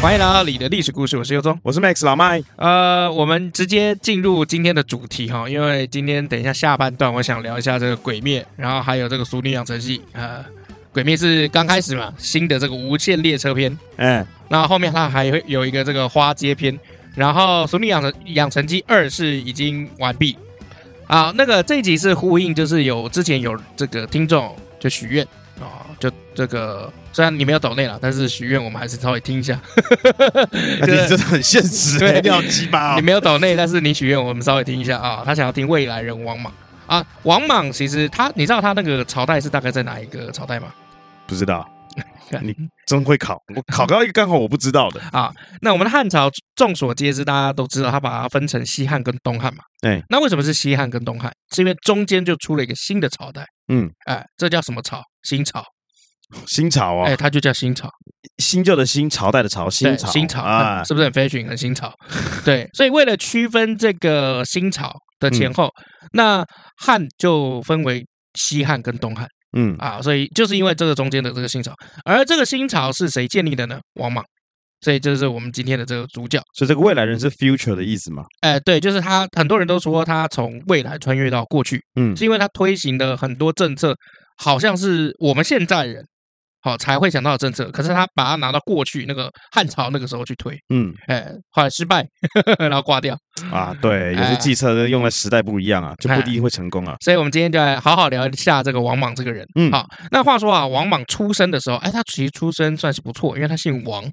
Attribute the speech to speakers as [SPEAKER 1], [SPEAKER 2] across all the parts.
[SPEAKER 1] 欢迎来到你的历史故事，我是尤忠。
[SPEAKER 2] 我是 Max 老麦，
[SPEAKER 1] 呃，我们直接进入今天的主题哈，因为今天等一下下半段，我想聊一下这个《鬼灭》，然后还有这个《俗女养成系》。呃，《鬼灭》是刚开始嘛，新的这个无限列车篇，
[SPEAKER 2] 嗯，
[SPEAKER 1] 那后面它还会有一个这个花街篇，然后《俗女养成养成记二》是已经完毕。啊，那个这一集是呼应，就是有之前有这个听众就许愿啊，就这个虽然你没有抖内了，但是许愿我们还是稍微听一下。
[SPEAKER 2] 那你真的很现实、
[SPEAKER 1] 对
[SPEAKER 2] 欸，你好鸡巴
[SPEAKER 1] 你
[SPEAKER 2] 哦。
[SPEAKER 1] 没有抖内，但是你许愿，我们稍微听一下啊。他想要听未来人王莽啊，王莽其实他，你知道他那个朝代是大概在哪一个朝代吗？
[SPEAKER 2] 不知道，你真会考，我考到一个刚好我不知道的。
[SPEAKER 1] 那我们的汉朝众所皆知，大家都知道，他把它分成西汉跟东汉嘛。
[SPEAKER 2] 对，
[SPEAKER 1] 那为什么是西汉跟东汉？是因为中间就出了一个新的朝代，
[SPEAKER 2] 嗯，
[SPEAKER 1] 哎，这叫什么朝？新朝，
[SPEAKER 2] 新潮哦，
[SPEAKER 1] 哎，它就叫新朝，
[SPEAKER 2] 新旧的新，朝代的朝，
[SPEAKER 1] 对
[SPEAKER 2] 新潮，
[SPEAKER 1] 新朝
[SPEAKER 2] 啊
[SPEAKER 1] 嗯，是不是很 fashion 很新潮？ 对，所以为了区分这个新朝的前后，
[SPEAKER 2] 嗯
[SPEAKER 1] 那汉就分为西汉跟东汉。
[SPEAKER 2] 嗯，
[SPEAKER 1] 啊，所以就是因为这个中间的这个新朝，而这个新朝是谁建立的呢？王莽，所以这是我们今天的这个主角。
[SPEAKER 2] 所以这个未来人是 future 的意思嘛？
[SPEAKER 1] 哎，对，就是他，很多人都说他从未来穿越到过去，
[SPEAKER 2] 嗯
[SPEAKER 1] 是因为他推行的很多政策，好像是我们现在人好、才会想到的政策，可是他把它拿到过去那个汉朝那个时候去推，
[SPEAKER 2] 嗯
[SPEAKER 1] 哎，后来失败， 然后挂掉。
[SPEAKER 2] 啊，对，有
[SPEAKER 1] 哎
[SPEAKER 2] 些计策用的时代不一样啊，就不
[SPEAKER 1] 哎
[SPEAKER 2] 一定会成功啊。
[SPEAKER 1] 所以我们今天就来好好聊一下这个王莽这个人。
[SPEAKER 2] 嗯
[SPEAKER 1] 好，那话说啊，王莽出生的时候，哎，他其实出生算是不错，因为他姓王。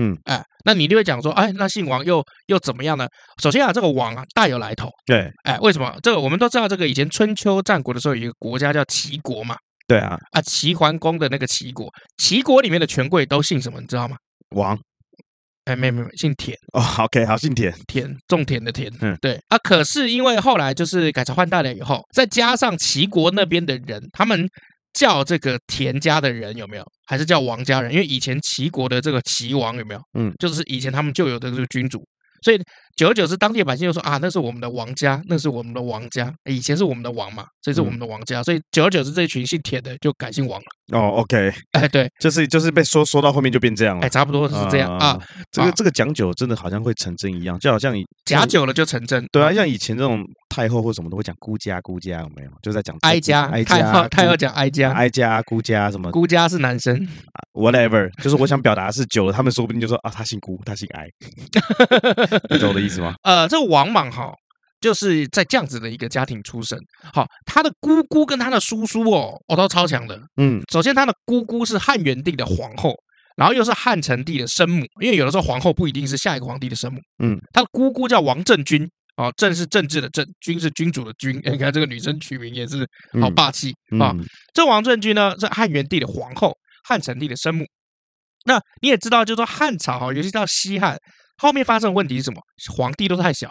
[SPEAKER 2] 嗯，
[SPEAKER 1] 哎，那你就会讲说，哎，那姓王又又怎么样呢？首先啊，这个王啊大有来头。
[SPEAKER 2] 对
[SPEAKER 1] 哎，为什么？这个我们都知道，这个以前春秋战国的时候，有一个国家叫齐国嘛，
[SPEAKER 2] 对啊，
[SPEAKER 1] 啊，齐桓公的那个齐国，齐国里面的权贵都姓什么，你知道吗？
[SPEAKER 2] 王
[SPEAKER 1] 哎，没有没有，姓田，
[SPEAKER 2] 哦，OK，好，姓田，
[SPEAKER 1] 田种田的田，
[SPEAKER 2] 嗯
[SPEAKER 1] 对啊。可是因为后来就是改朝换代了以后，再加上齐国那边的人，他们叫这个田家的人有没有，还是叫王家人？因为以前齐国的这个齐王有没有？
[SPEAKER 2] 嗯，
[SPEAKER 1] 就是以前他们就有的这个君主，所以久而久之，当地百姓就说啊，那是我们的王家，那是我们的王家，以前是我们的王嘛，所以是
[SPEAKER 2] 嗯
[SPEAKER 1] 我们的王家。所以久而久之，这群姓田的就改姓王了。
[SPEAKER 2] 哦，OK，哦
[SPEAKER 1] 哎，对，
[SPEAKER 2] 就是就是被说说到后面就变这样了
[SPEAKER 1] 哎，。差不多是这样啊。，
[SPEAKER 2] 这个
[SPEAKER 1] 啊
[SPEAKER 2] 这个讲久真的好像会成真一样，就好像以
[SPEAKER 1] 假久了就成真，
[SPEAKER 2] 对啊，像以前这种太后或什么都会讲孤家孤家，有没有？就在讲
[SPEAKER 1] 哀家
[SPEAKER 2] 哀，
[SPEAKER 1] 太后
[SPEAKER 2] 家、
[SPEAKER 1] 太后讲哀家，
[SPEAKER 2] 哀家孤家什么
[SPEAKER 1] 孤家是男生。
[SPEAKER 2] whatever，就是我想表达的是久了，他们说不定就说啊，他姓孤，他姓 哀，你懂我的意思吗？
[SPEAKER 1] 呃，这个王莽哈，就是在这样子的一个家庭出身。好，他的姑姑跟他的叔叔哦，哦都超强的。
[SPEAKER 2] 嗯，
[SPEAKER 1] 首先，他的姑姑是汉元帝的皇后，然后又是汉成帝的生母，因为有的时候皇后不一定是下一个皇帝的生母。
[SPEAKER 2] 嗯，
[SPEAKER 1] 他的姑姑叫王政君。哦，政是政治的政，君是君主的君。 哎你看这个女生取名也是好
[SPEAKER 2] 嗯
[SPEAKER 1] 霸气啊、
[SPEAKER 2] 嗯
[SPEAKER 1] 这王政君呢是汉元帝的皇后，汉成帝的生母。那你也知道，就是说汉朝哦，尤其到西汉后面发生的问题是什么？皇帝都太小，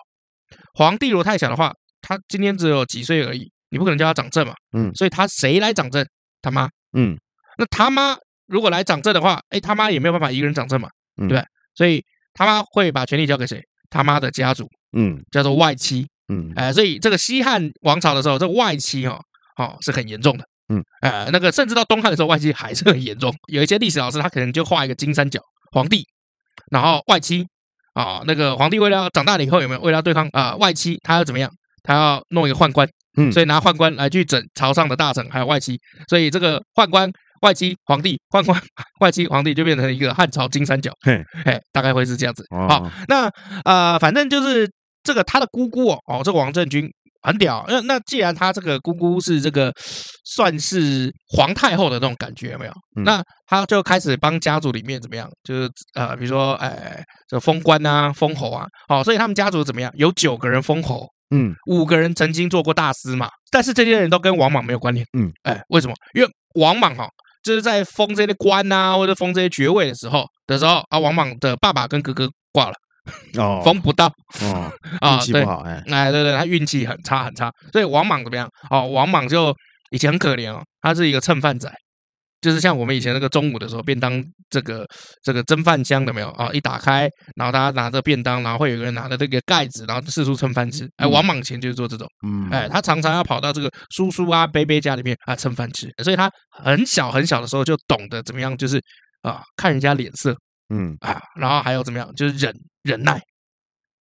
[SPEAKER 1] 皇帝如果太小的话，他今天只有几岁而已，你不可能叫他掌政嘛。
[SPEAKER 2] 嗯
[SPEAKER 1] 所以他谁来掌政？他妈。
[SPEAKER 2] 嗯，
[SPEAKER 1] 那他妈如果来掌政的话，哎，他妈也没有办法一个人掌政嘛，
[SPEAKER 2] 嗯
[SPEAKER 1] 对不对？所以他妈会把权力交给谁？他妈的家族
[SPEAKER 2] 嗯
[SPEAKER 1] 叫做外戚。
[SPEAKER 2] 嗯
[SPEAKER 1] 哎、所以这个西汉王朝的时候，这个外戚哦，哦是很严重的。
[SPEAKER 2] 嗯，
[SPEAKER 1] 呃，那个甚至到东汉的时候，外戚还是很严重。有一些历史老师他可能就画一个金三角，皇帝，然后外戚啊、那个皇帝为了要长大了以后有没有为了要对抗啊、外戚，他要怎么样？他要弄一个宦官，
[SPEAKER 2] 嗯
[SPEAKER 1] 所以拿宦官来去整朝上的大臣还有外戚，所以这个宦官、外戚、皇帝、宦官、 外戚、皇帝就变成一个汉朝金三角，
[SPEAKER 2] 嘿，
[SPEAKER 1] 哎，大概会是这样子。
[SPEAKER 2] 哦
[SPEAKER 1] 好，那呃，反正就是这个他的姑姑哦，哦，这个王振军很屌。那那既然他这个姑姑是这个算是皇太后的那种感觉，有没有？
[SPEAKER 2] 嗯
[SPEAKER 1] 那他就开始帮家族里面怎么样？就是呃，比如说哎，这封官啊、封侯啊，哦，所以他们家族怎么样？有九个人封侯，
[SPEAKER 2] 嗯
[SPEAKER 1] 五个人曾经做过大司马，但是这些人都跟王莽没有关联。
[SPEAKER 2] 嗯，
[SPEAKER 1] 哎，为什么？因为王莽哈、就是在封这些官啊，或者封这些爵位的时候的时候啊，王莽的爸爸跟哥哥挂了，
[SPEAKER 2] 哦
[SPEAKER 1] 封不到
[SPEAKER 2] 哦
[SPEAKER 1] 啊，
[SPEAKER 2] 运气
[SPEAKER 1] 对
[SPEAKER 2] 不，好哎，
[SPEAKER 1] 哎，对对，他运气很差很差，所以王莽怎么样？哦，王莽就以前很可怜哦，他是一个蹭饭仔，就是像我们以前那个中午的时候，便当这个这个蒸饭箱有没有啊？一打开，然后大家拿着便当，然后会有一个人拿着这个盖子，然后四处蹭饭吃。哎，
[SPEAKER 2] 嗯
[SPEAKER 1] 王莽前就是做这种，
[SPEAKER 2] 嗯，
[SPEAKER 1] 哎，他常常要跑到这个叔叔啊、伯伯家里面啊蹭饭吃，所以他很小很小的时候就懂得怎么样，就是啊看人家脸色
[SPEAKER 2] 嗯，
[SPEAKER 1] 啊，然后还有怎么样，就是忍忍耐。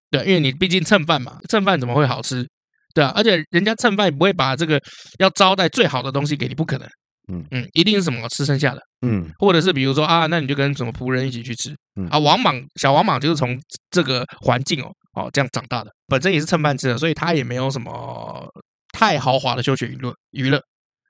[SPEAKER 1] 对，因为你毕竟蹭饭嘛，蹭饭怎么会好吃？对啊，而且人家蹭饭也不会把这个要招待最好的东西给你，不可能。
[SPEAKER 2] 嗯
[SPEAKER 1] 嗯，一定是什么吃剩下的。
[SPEAKER 2] 嗯，
[SPEAKER 1] 或者是比如说啊，那你就跟什么仆人一起去吃
[SPEAKER 2] 嗯
[SPEAKER 1] 啊。王莽小王莽就是从这个环境哦哦这样长大的，本身也是蹭饭吃的，所以他也没有什么太豪华的休闲娱乐娱乐。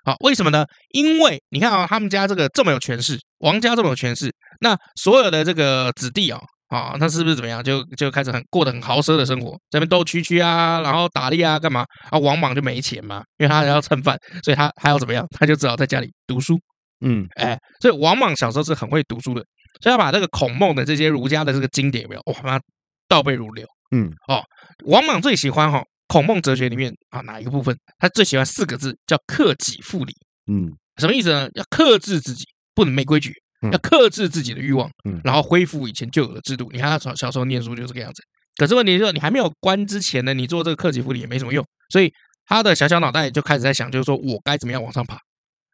[SPEAKER 1] 好，为什么呢？因为你看啊，他们家这个这么有权势，王家这么有权势，那所有的这个子弟哦。啊，那是不是怎么样？就就开始很过得很豪奢的生活，在那边斗蛐蛐啊，然后打猎啊，干嘛啊？王莽就没钱嘛，因为他要蹭饭，所以他还要怎么样？他就只好在家里读书，
[SPEAKER 2] 嗯，
[SPEAKER 1] 哎，所以王莽小时候是很会读书的，所以他把这个孔孟的这些儒家的这个经典有没有，哇，把它倒背如流。
[SPEAKER 2] 嗯，
[SPEAKER 1] 哦，王莽最喜欢哈、孔孟哲学里面啊哪一个部分？他最喜欢四个字叫克己复礼，
[SPEAKER 2] 嗯，
[SPEAKER 1] 什么意思呢？要克制自己，不能没规矩
[SPEAKER 2] 嗯，
[SPEAKER 1] 要克制自己的欲望
[SPEAKER 2] 嗯，
[SPEAKER 1] 然后恢复以前旧有的制度。你看他小小时候念书就这个样子，可是问题是，你还没有官之前呢，你做这个克己复礼也没什么用，所以他的小小脑袋就开始在想，就是说我该怎么样往上爬？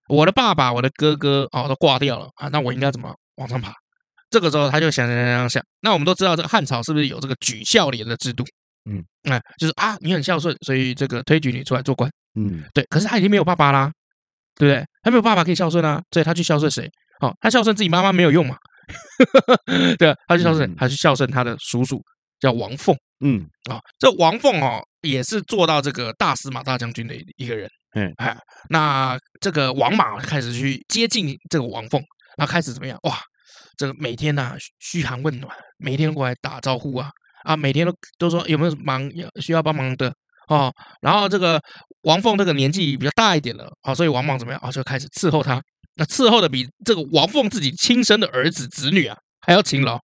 [SPEAKER 1] 我的爸爸、我的哥哥哦都挂掉了啊，那我应该怎么往上爬？这个时候他就想想想想想，那我们都知道这个汉朝是不是有这个举孝廉的制度？
[SPEAKER 2] 嗯，
[SPEAKER 1] 哎，就是啊，你很孝顺，所以这个推举你出来做官。
[SPEAKER 2] 嗯，
[SPEAKER 1] 对，可是他已经没有爸爸啦，对不对？他没有爸爸可以孝顺啊，所以他去孝顺谁？哦，他孝顺自己妈妈没有用嘛， 对，啊他去孝顺
[SPEAKER 2] 嗯，
[SPEAKER 1] 他去孝顺他的叔叔叫王凤
[SPEAKER 2] 嗯，
[SPEAKER 1] 啊、这王凤哦，也是做到这个大司马大将军的一一个人，
[SPEAKER 2] 嗯
[SPEAKER 1] 哎，那这个王莽啊开始去接近这个王凤，然后开始怎么样？哇，这个每天呐、嘘寒问暖，每天都过来打招呼啊啊，每天都都说有没有忙要需要帮忙的哦。然后这个王凤这个年纪比较大一点了，哦，所以王莽怎么样啊、哦就开始伺候他，那伺候的比这个王凤自己亲生的儿子子女啊还要勤劳。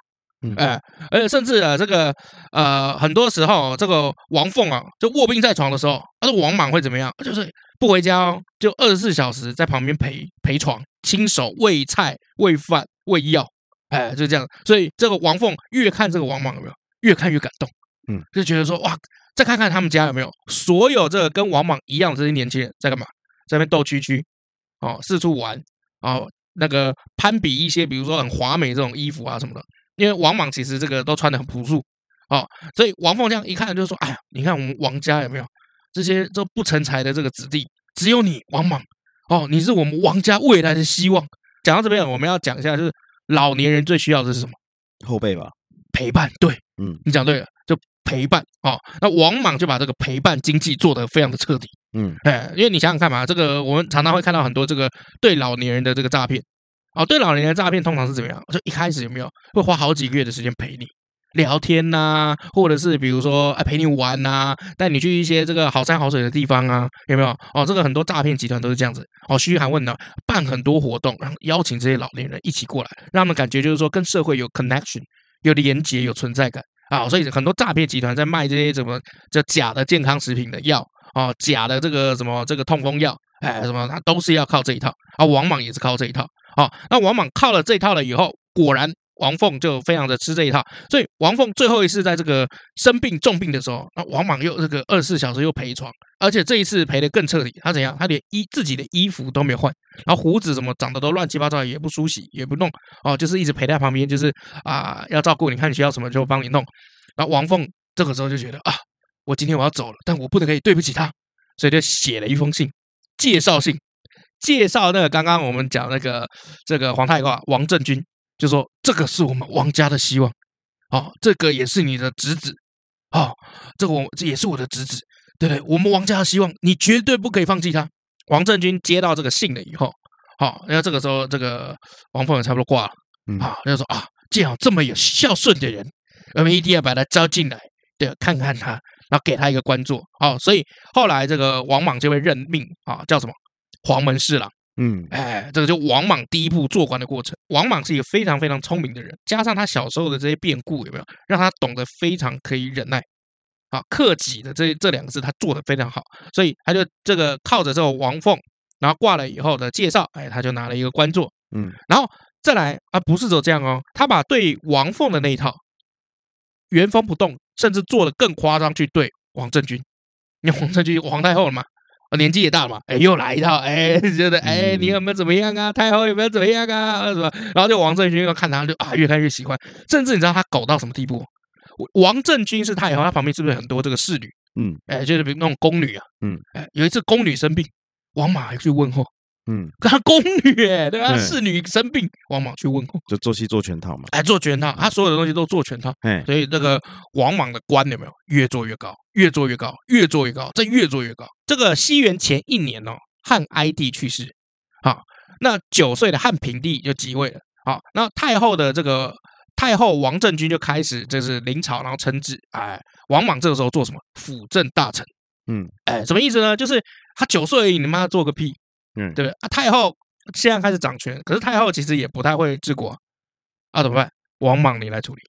[SPEAKER 2] 嗯
[SPEAKER 1] 哎、而且甚至啊，这个呃，很多时候这个王凤啊，就卧病在床的时候，他说王莽会怎么样？就是不回家哦，就二十四小时在旁边陪陪床，亲手喂菜、喂饭、喂药，哎，就这样。所以这个王凤越看这个王莽有没有，越看越感动，
[SPEAKER 2] 嗯，
[SPEAKER 1] 就觉得说哇，再看看他们家有没有所有这个跟王莽一样的这些年轻人在干嘛，在那边斗蛐蛐，哦，四处玩，哦，那个攀比一些，比如说很华美这种衣服啊什么的。因为王莽其实这个都穿的很朴素哦，所以王凤这样一看就说：“哎呀，你看我们王家有没有这些都不成才的这个子弟，只有你王莽哦，你是我们王家未来的希望。”讲到这边，我们要讲一下，就是老年人最需要的是什么？
[SPEAKER 2] 后背吧，
[SPEAKER 1] 陪伴。对，
[SPEAKER 2] 嗯
[SPEAKER 1] 你讲对了，就陪伴哦。那王莽就把这个陪伴经济做得非常的彻底。
[SPEAKER 2] 嗯
[SPEAKER 1] 哎，因为你想想看嘛，这个我们常常会看到很多这个对老年人的这个诈骗。哦，对老年人的诈骗通常是怎么样？就一开始有没有会花好几个月的时间陪你聊天呐、或者是比如说哎陪你玩呐、带你去一些这个好山好水的地方啊，有没有？哦，这个很多诈骗集团都是这样子，哦嘘寒问暖，办很多活动，然后邀请这些老年人一起过来，让他们感觉就是说跟社会有 connection，有连结，有存在感啊、所以很多诈骗集团在卖这些什么叫假的健康食品的药。哦，假的这个什么这个痛风药，哎，什么他都是要靠这一套啊。王莽也是靠这一套啊。那王莽靠了这一套了以后，果然王凤就非常的吃这一套，所以王凤最后一次在这个生病重病的时候，那王莽又这个二十四小时又陪床，而且这一次陪的更彻底。他怎样？他连衣自己的衣服都没有换，然后胡子什么长得都乱七八糟，也不梳洗，也不弄哦，就是一直陪在旁边，就是啊、要照顾你，看你需要什么就帮你弄。然后王凤这个时候就觉得啊，我今天我要走了，但我不能可以对不起他，所以就写了一封信，介绍信，介绍那个刚刚我们讲那个这个皇太褂王政君，就说这个是我们王家的希望，哦，这个也是你的侄子，哦，这个我这也是我的侄子，对不对？我们王家的希望，你绝对不可以放弃他。王政君接到这个信了以后，好、然后这个时候这个王凤也差不多挂了，
[SPEAKER 2] 嗯
[SPEAKER 1] 啊，他就说啊，见好这么有孝顺的人，我们一定要把他招进来，对，看看他，然后给他一个官做，哦，所以后来这个王莽就被任命啊，叫什么黄门侍郎。
[SPEAKER 2] 嗯
[SPEAKER 1] 哎，这个就王莽第一步做官的过程。王莽是一个非常非常聪明的人，加上他小时候的这些变故，有没有让他懂得非常可以忍耐？啊，克己的这这两个字他做的非常好，所以他就这个靠着这个王凤，然后挂了以后的介绍，哎，他就拿了一个官做，
[SPEAKER 2] 嗯
[SPEAKER 1] 然后再来啊，不是只有这样哦，他把对王凤的那一套原封不动，甚至做的更夸张，去对王政君。你看王政君皇太后了嘛，啊年纪也大了嘛，哎，又来一套，哎， 觉得哎，你有
[SPEAKER 2] 嗯
[SPEAKER 1] 没有怎么样啊？太后有没有怎么样啊？什么？然后就王政君又看他就啊，越看越喜欢，甚至你知道他狗到什么地步？王政君是太后，他旁边是不是很多这个侍女？
[SPEAKER 2] 嗯，
[SPEAKER 1] 哎，就是比如那种宫女啊，
[SPEAKER 2] 嗯，
[SPEAKER 1] 哎，有一次宫女生病，王莽还去问候。
[SPEAKER 2] 嗯，
[SPEAKER 1] 她宫女哎，对吧？
[SPEAKER 2] 对
[SPEAKER 1] 侍女生病，王莽去问候，
[SPEAKER 2] 就做戏做全套嘛，
[SPEAKER 1] 哎，做全套，他所有的东西都做全套，
[SPEAKER 2] 哎，
[SPEAKER 1] 所以那个王莽的官有没有越做越高，越做越高，越做越高，再越做越高？这个西元前一年哦，汉哀帝去世，啊，那九岁的汉平帝就即位了，啊，那太后的这个太后王政君就开始就是临朝，然后称制，哎，王莽这个时候做什么？辅政大臣。
[SPEAKER 2] 嗯，
[SPEAKER 1] 哎，什么意思呢？就是他九岁而已，你妈做个屁，
[SPEAKER 2] 嗯
[SPEAKER 1] 对不对？啊，太后现在开始掌权，可是太后其实也不太会治国啊，啊怎么办？王莽你来处理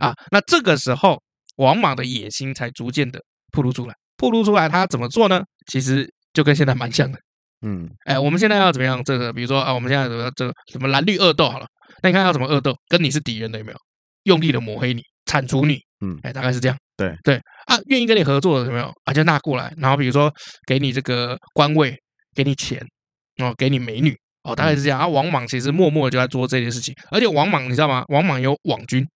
[SPEAKER 1] 啊。那这个时候，王莽的野心才逐渐的暴露出来，暴露出来他怎么做呢？其实就跟现在蛮像的。
[SPEAKER 2] 嗯
[SPEAKER 1] 哎，我们现在要怎么样？这个比如说啊，我们现在怎么这个什么蓝绿恶斗好了，那你看要怎么恶斗？跟你是敌人的有没有？用力的抹黑你，铲除你，
[SPEAKER 2] 嗯
[SPEAKER 1] 哎，大概是这样。
[SPEAKER 2] 对
[SPEAKER 1] 对啊，愿意跟你合作的有没有？啊，就纳过来，然后比如说给你这个官位，给你钱，哦，给你美女，哦，大概
[SPEAKER 2] 嗯
[SPEAKER 1] 是这样。啊，王莽其实默默地就在做这件事情，而且王莽你知道吗？王莽有网军，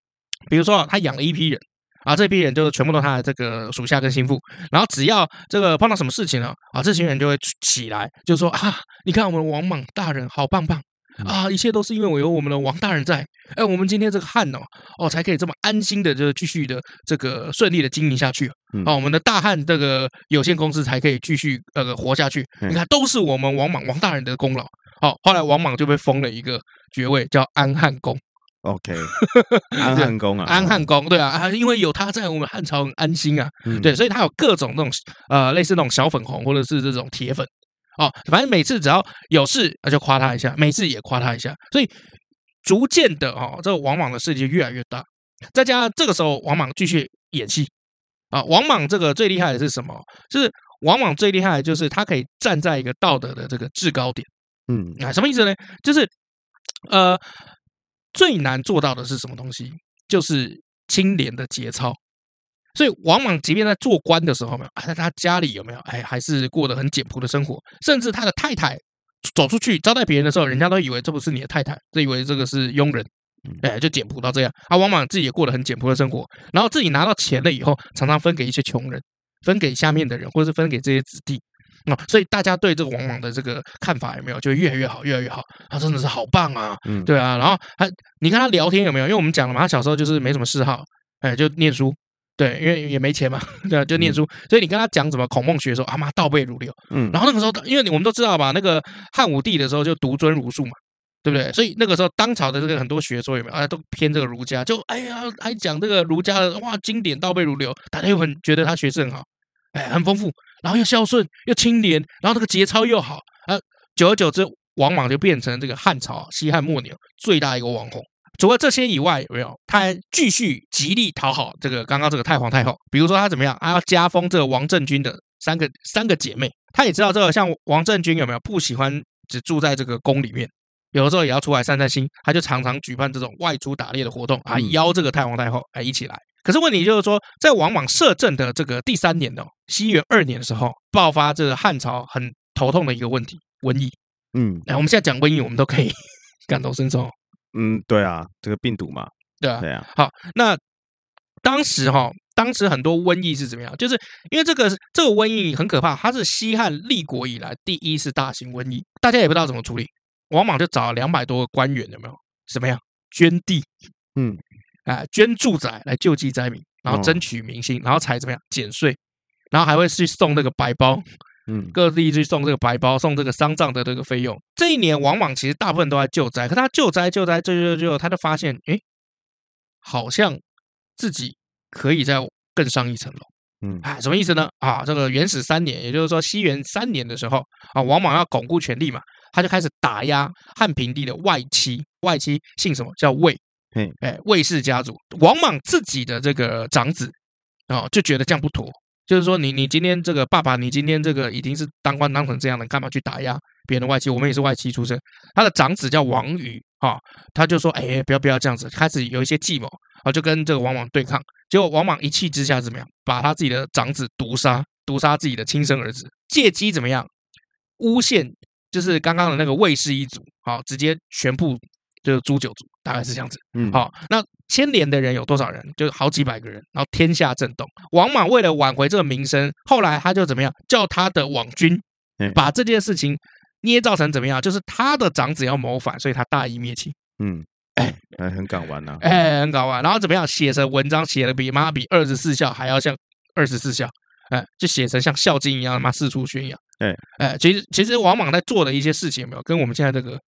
[SPEAKER 1] 比如说啊他养了一批人。啊，这批人就是全部都是他的这个属下跟心腹，然后只要这个碰到什么事情了啊，这些人就会起来，就说啊，你看我们王莽大人好棒棒
[SPEAKER 2] 嗯
[SPEAKER 1] 啊，一切都是因为我有我们的王大人在，哎，我们今天这个汉哦哦才可以这么安心的就继续的这个顺利的经营下去
[SPEAKER 2] 嗯
[SPEAKER 1] 啊，我们的大汉这个有限公司才可以继续呃活下去，
[SPEAKER 2] 嗯
[SPEAKER 1] 你看都是我们王莽王大人的功劳。好，后来王莽就被封了一个爵位，叫安汉公。
[SPEAKER 2] ，OK，安汉宫啊，
[SPEAKER 1] 安，汉公，对啊，啊，因为有他在，我们汉朝很安心啊。
[SPEAKER 2] 嗯
[SPEAKER 1] 对，，所以他有各种那种呃，类似那种小粉红或者是这种铁粉哦，反正每次只要有事，那就夸他一下，每次也夸他一下，所以逐渐的哦，这个王莽的势力就越来越大。再加上这个时候，王莽继续演戏啊，王莽这个最厉害的是什么？就是王莽最厉害的就是他可以站在一个道德的这个制高点。
[SPEAKER 2] 嗯
[SPEAKER 1] 啊，什么意思呢？就是呃，最难做到的是什么东西？就是清廉的节操。所以王莽即便在做官的时候，有没有，他他家里有没有，哎，还是过得很简朴的生活，甚至他的太太走出去招待别人的时候，人家都以为这不是你的太太，都以为这个是佣人
[SPEAKER 2] 嗯。
[SPEAKER 1] 哎，就简朴到这样啊！王莽自己也过得很简朴的生活，然后自己拿到钱了以后，常常分给一些穷人，分给下面的人，或者是分给这些子弟。哦，所以大家对这个王莽的这个看法有没有就越来越好，越来越好？他真的是好棒啊！
[SPEAKER 2] 嗯，
[SPEAKER 1] 对啊，然后他，你看他聊天有没有？因为我们讲了嘛，他小时候就是没什么嗜好，哎，就念书。对，因为也没钱嘛， 对啊，就念书。所以你跟他讲什么孔孟学的时候，啊妈倒背如流。
[SPEAKER 2] 嗯，
[SPEAKER 1] 然后那个时候，因为我们都知道嘛，那个汉武帝的时候就独尊儒术嘛，对不对？所以那个时候当朝的这个很多学说有没有啊，都偏这个儒家，就哎呀还讲这个儒家的哇经典倒背如流，大家又很觉得他学识很好，哎，很丰富，然后又孝顺又清廉，然后这个节操又好啊，久而久之，王莽就变成这个汉朝啊西汉末年最大一个网红。除了这些以外，有没有？他还继续极力讨好这个刚刚这个太皇太后，比如说他怎么样，他要加封这个王政君的三个三个姐妹。他也知道这个像王政君有没有不喜欢只住在这个宫里面，有的时候也要出来散散心，他就常常举办这种外出打猎的活动啊，
[SPEAKER 2] 嗯
[SPEAKER 1] 邀这个太皇太后哎一起来。可是问题就是说，在王莽摄政的这个第三年的、哦、西元二年的时候，爆发这个汉朝很头痛的一个问题——瘟疫。
[SPEAKER 2] 嗯
[SPEAKER 1] 哎，我们现在讲瘟疫，我们都可以 感同身受。
[SPEAKER 2] 嗯，对啊，这个病毒嘛，
[SPEAKER 1] 对啊，
[SPEAKER 2] 对啊，
[SPEAKER 1] 好，那当时哈、当时很多瘟疫是怎么样？就是因为这个这个瘟疫很可怕，它是西汉立国以来第一次大型瘟疫，大家也不知道怎么处理。王莽就找了两百多个官员，有没有？怎么样？捐地，
[SPEAKER 2] 嗯，
[SPEAKER 1] 啊，捐住宅来救济灾民，然后
[SPEAKER 2] 哦
[SPEAKER 1] 争取民心，然后才怎么样减税，然后还会去送那个白包，
[SPEAKER 2] 嗯
[SPEAKER 1] 各地去送这个白包，送这个丧葬的这个费用。这一年王莽其实大部分都在救灾，可他救灾救灾救救救，他就发现，诶，好像自己可以再更上一层楼。
[SPEAKER 2] 嗯
[SPEAKER 1] 啊，什么意思呢？啊，这个元始三年，也就是说西元三年的时候，啊，王莽要巩固权力嘛，他就开始打压汉平帝的外戚，外戚姓什么叫魏
[SPEAKER 2] 嘿，
[SPEAKER 1] 啊哎，魏氏家族。王莽自己的这个长子，哦，就觉得这样不妥，就是说你你今天这个爸爸，你今天这个已经是当官当成这样了，你干嘛去打压别人的外戚？我们也是外戚出身。他的长子叫王宇啊、他就说，哎，不要不要这样子，开始有一些计谋啊，就跟这个王莽对抗。结果王莽一气之下怎么样，把他自己的长子毒杀，毒杀自己的亲生儿子，借机怎么样诬陷，就是刚刚的那个卫氏一族，好、直接全部就是诛九族，大概是这样子。
[SPEAKER 2] 嗯，
[SPEAKER 1] 好、那牵连的人有多少人？就好几百个人，然后天下震动。王莽为了挽回这个名声，后来他就怎么样，叫他的网军
[SPEAKER 2] 嗯
[SPEAKER 1] 把这件事情捏造成怎么样？就是他的长子要谋反，所以他大义灭亲，
[SPEAKER 2] 嗯，哎，很敢玩呐、啊，
[SPEAKER 1] 哎，很搞啊。然后怎么样，写成文章，写的比妈比二十四孝还要像二十四孝，哎，就写成像孝经一样，妈四处宣扬。
[SPEAKER 2] 哎
[SPEAKER 1] 哎，其实其实王莽在做的一些事情，有没有跟我们现在这个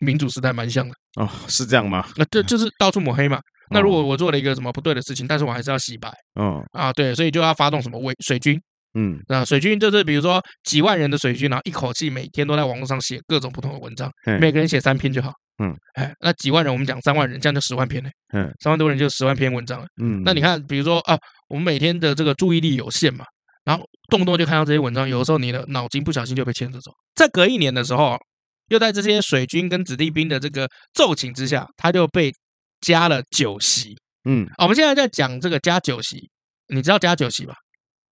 [SPEAKER 1] 民主时代蛮像的？
[SPEAKER 2] 哦，是这样吗？
[SPEAKER 1] 那这就是到处抹黑嘛。那如果我做了一个什么不对的事情，但是我还是要洗白
[SPEAKER 2] 哦，
[SPEAKER 1] 啊，对，所以就要发动什么水水军
[SPEAKER 2] 嗯，
[SPEAKER 1] 啊，水军就是比如说几万人的水军，然后一口气每天都在网络上写各种不同的文章
[SPEAKER 2] 嘿，
[SPEAKER 1] 每个人写三篇就好。
[SPEAKER 2] 嗯，
[SPEAKER 1] 哎，那几万人我们讲三万人，这样就十万篇了。
[SPEAKER 2] 嗯，
[SPEAKER 1] 三万多人就十万篇文章了。
[SPEAKER 2] 嗯，
[SPEAKER 1] 那你看，比如说啊，我们每天的这个注意力有限嘛，然后动不动就看到这些文章，有的时候你的脑筋不小心就被牵着走。再隔一年的时候，又在这些水军跟子弟兵的这个奏请之下，他就被加了酒席。
[SPEAKER 2] 嗯，
[SPEAKER 1] 啊我们现在在讲这个加酒席，你知道加酒席吧？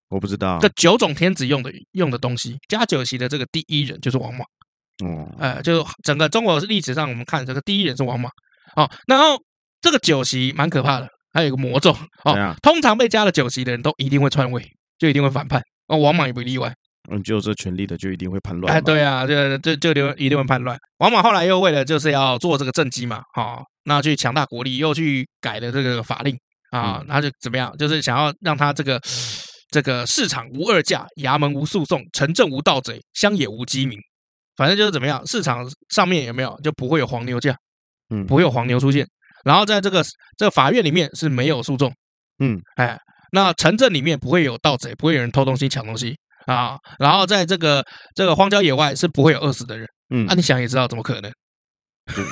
[SPEAKER 2] 我不知道
[SPEAKER 1] 这，九种天子用的用的东西，加酒席的这个第一人就是王莽。
[SPEAKER 2] 哦，
[SPEAKER 1] 呃，就整个中国历史上，我们看这个第一人是王莽。哦，然后这个酒席蛮可怕的，还有一个魔咒哦
[SPEAKER 2] 怎样，
[SPEAKER 1] 通常被加了酒席的人都一定会篡位，就一定会反叛。哦，王莽也不例外。
[SPEAKER 2] 嗯，就这权力的就一定会叛乱嘛，
[SPEAKER 1] 哎，对啊，就就就流一定会叛乱。王莽后来又为了就是要做这个政绩嘛，哦，那去强大国力，又去改了这个法令啊，
[SPEAKER 2] 嗯
[SPEAKER 1] 他就怎么样，就是想要让他这个这个市场无二价，衙门无诉讼，城镇无盗贼，乡野无饥民，反正就是怎么样，市场上面有没有就不会有黄牛价，
[SPEAKER 2] 嗯
[SPEAKER 1] 不会有黄牛出现。然后在这个这个法院里面是没有诉讼，
[SPEAKER 2] 嗯，
[SPEAKER 1] 哎，那城镇里面不会有盗贼，不会有人偷东西抢东西啊。然后在这个这个荒郊野外是不会有饿死的人
[SPEAKER 2] 嗯
[SPEAKER 1] 啊。，你想也知道，怎么可能？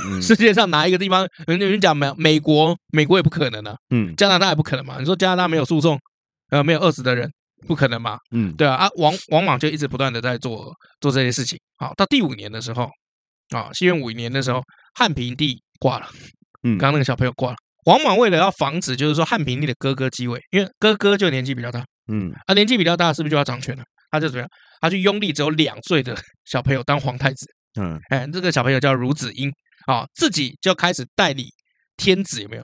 [SPEAKER 2] 嗯
[SPEAKER 1] 世界上哪一个地方，人家人讲美美国，美国也不可能啊，
[SPEAKER 2] 嗯
[SPEAKER 1] 加拿大也不可能嘛。你说加拿大没有诉讼，呃，没有饿死的人，不可能嘛？
[SPEAKER 2] 嗯，
[SPEAKER 1] 对啊，啊，王王莽就一直不断的在做做这些事情。好，到第五年的时候，啊，西元五年的时候，汉平帝挂了，
[SPEAKER 2] 嗯
[SPEAKER 1] 刚刚那个小朋友挂了。王莽为了要防止，就是说汉平帝的哥哥继位，因为哥哥就年纪比较大，
[SPEAKER 2] 嗯，
[SPEAKER 1] 啊，年纪比较大，是不是就要掌权了？他就怎么样？他去拥立只有两岁的小朋友当皇太子。
[SPEAKER 2] 嗯，
[SPEAKER 1] 哎，这个小朋友叫孺子婴啊，自己就开始代理天子，有没有？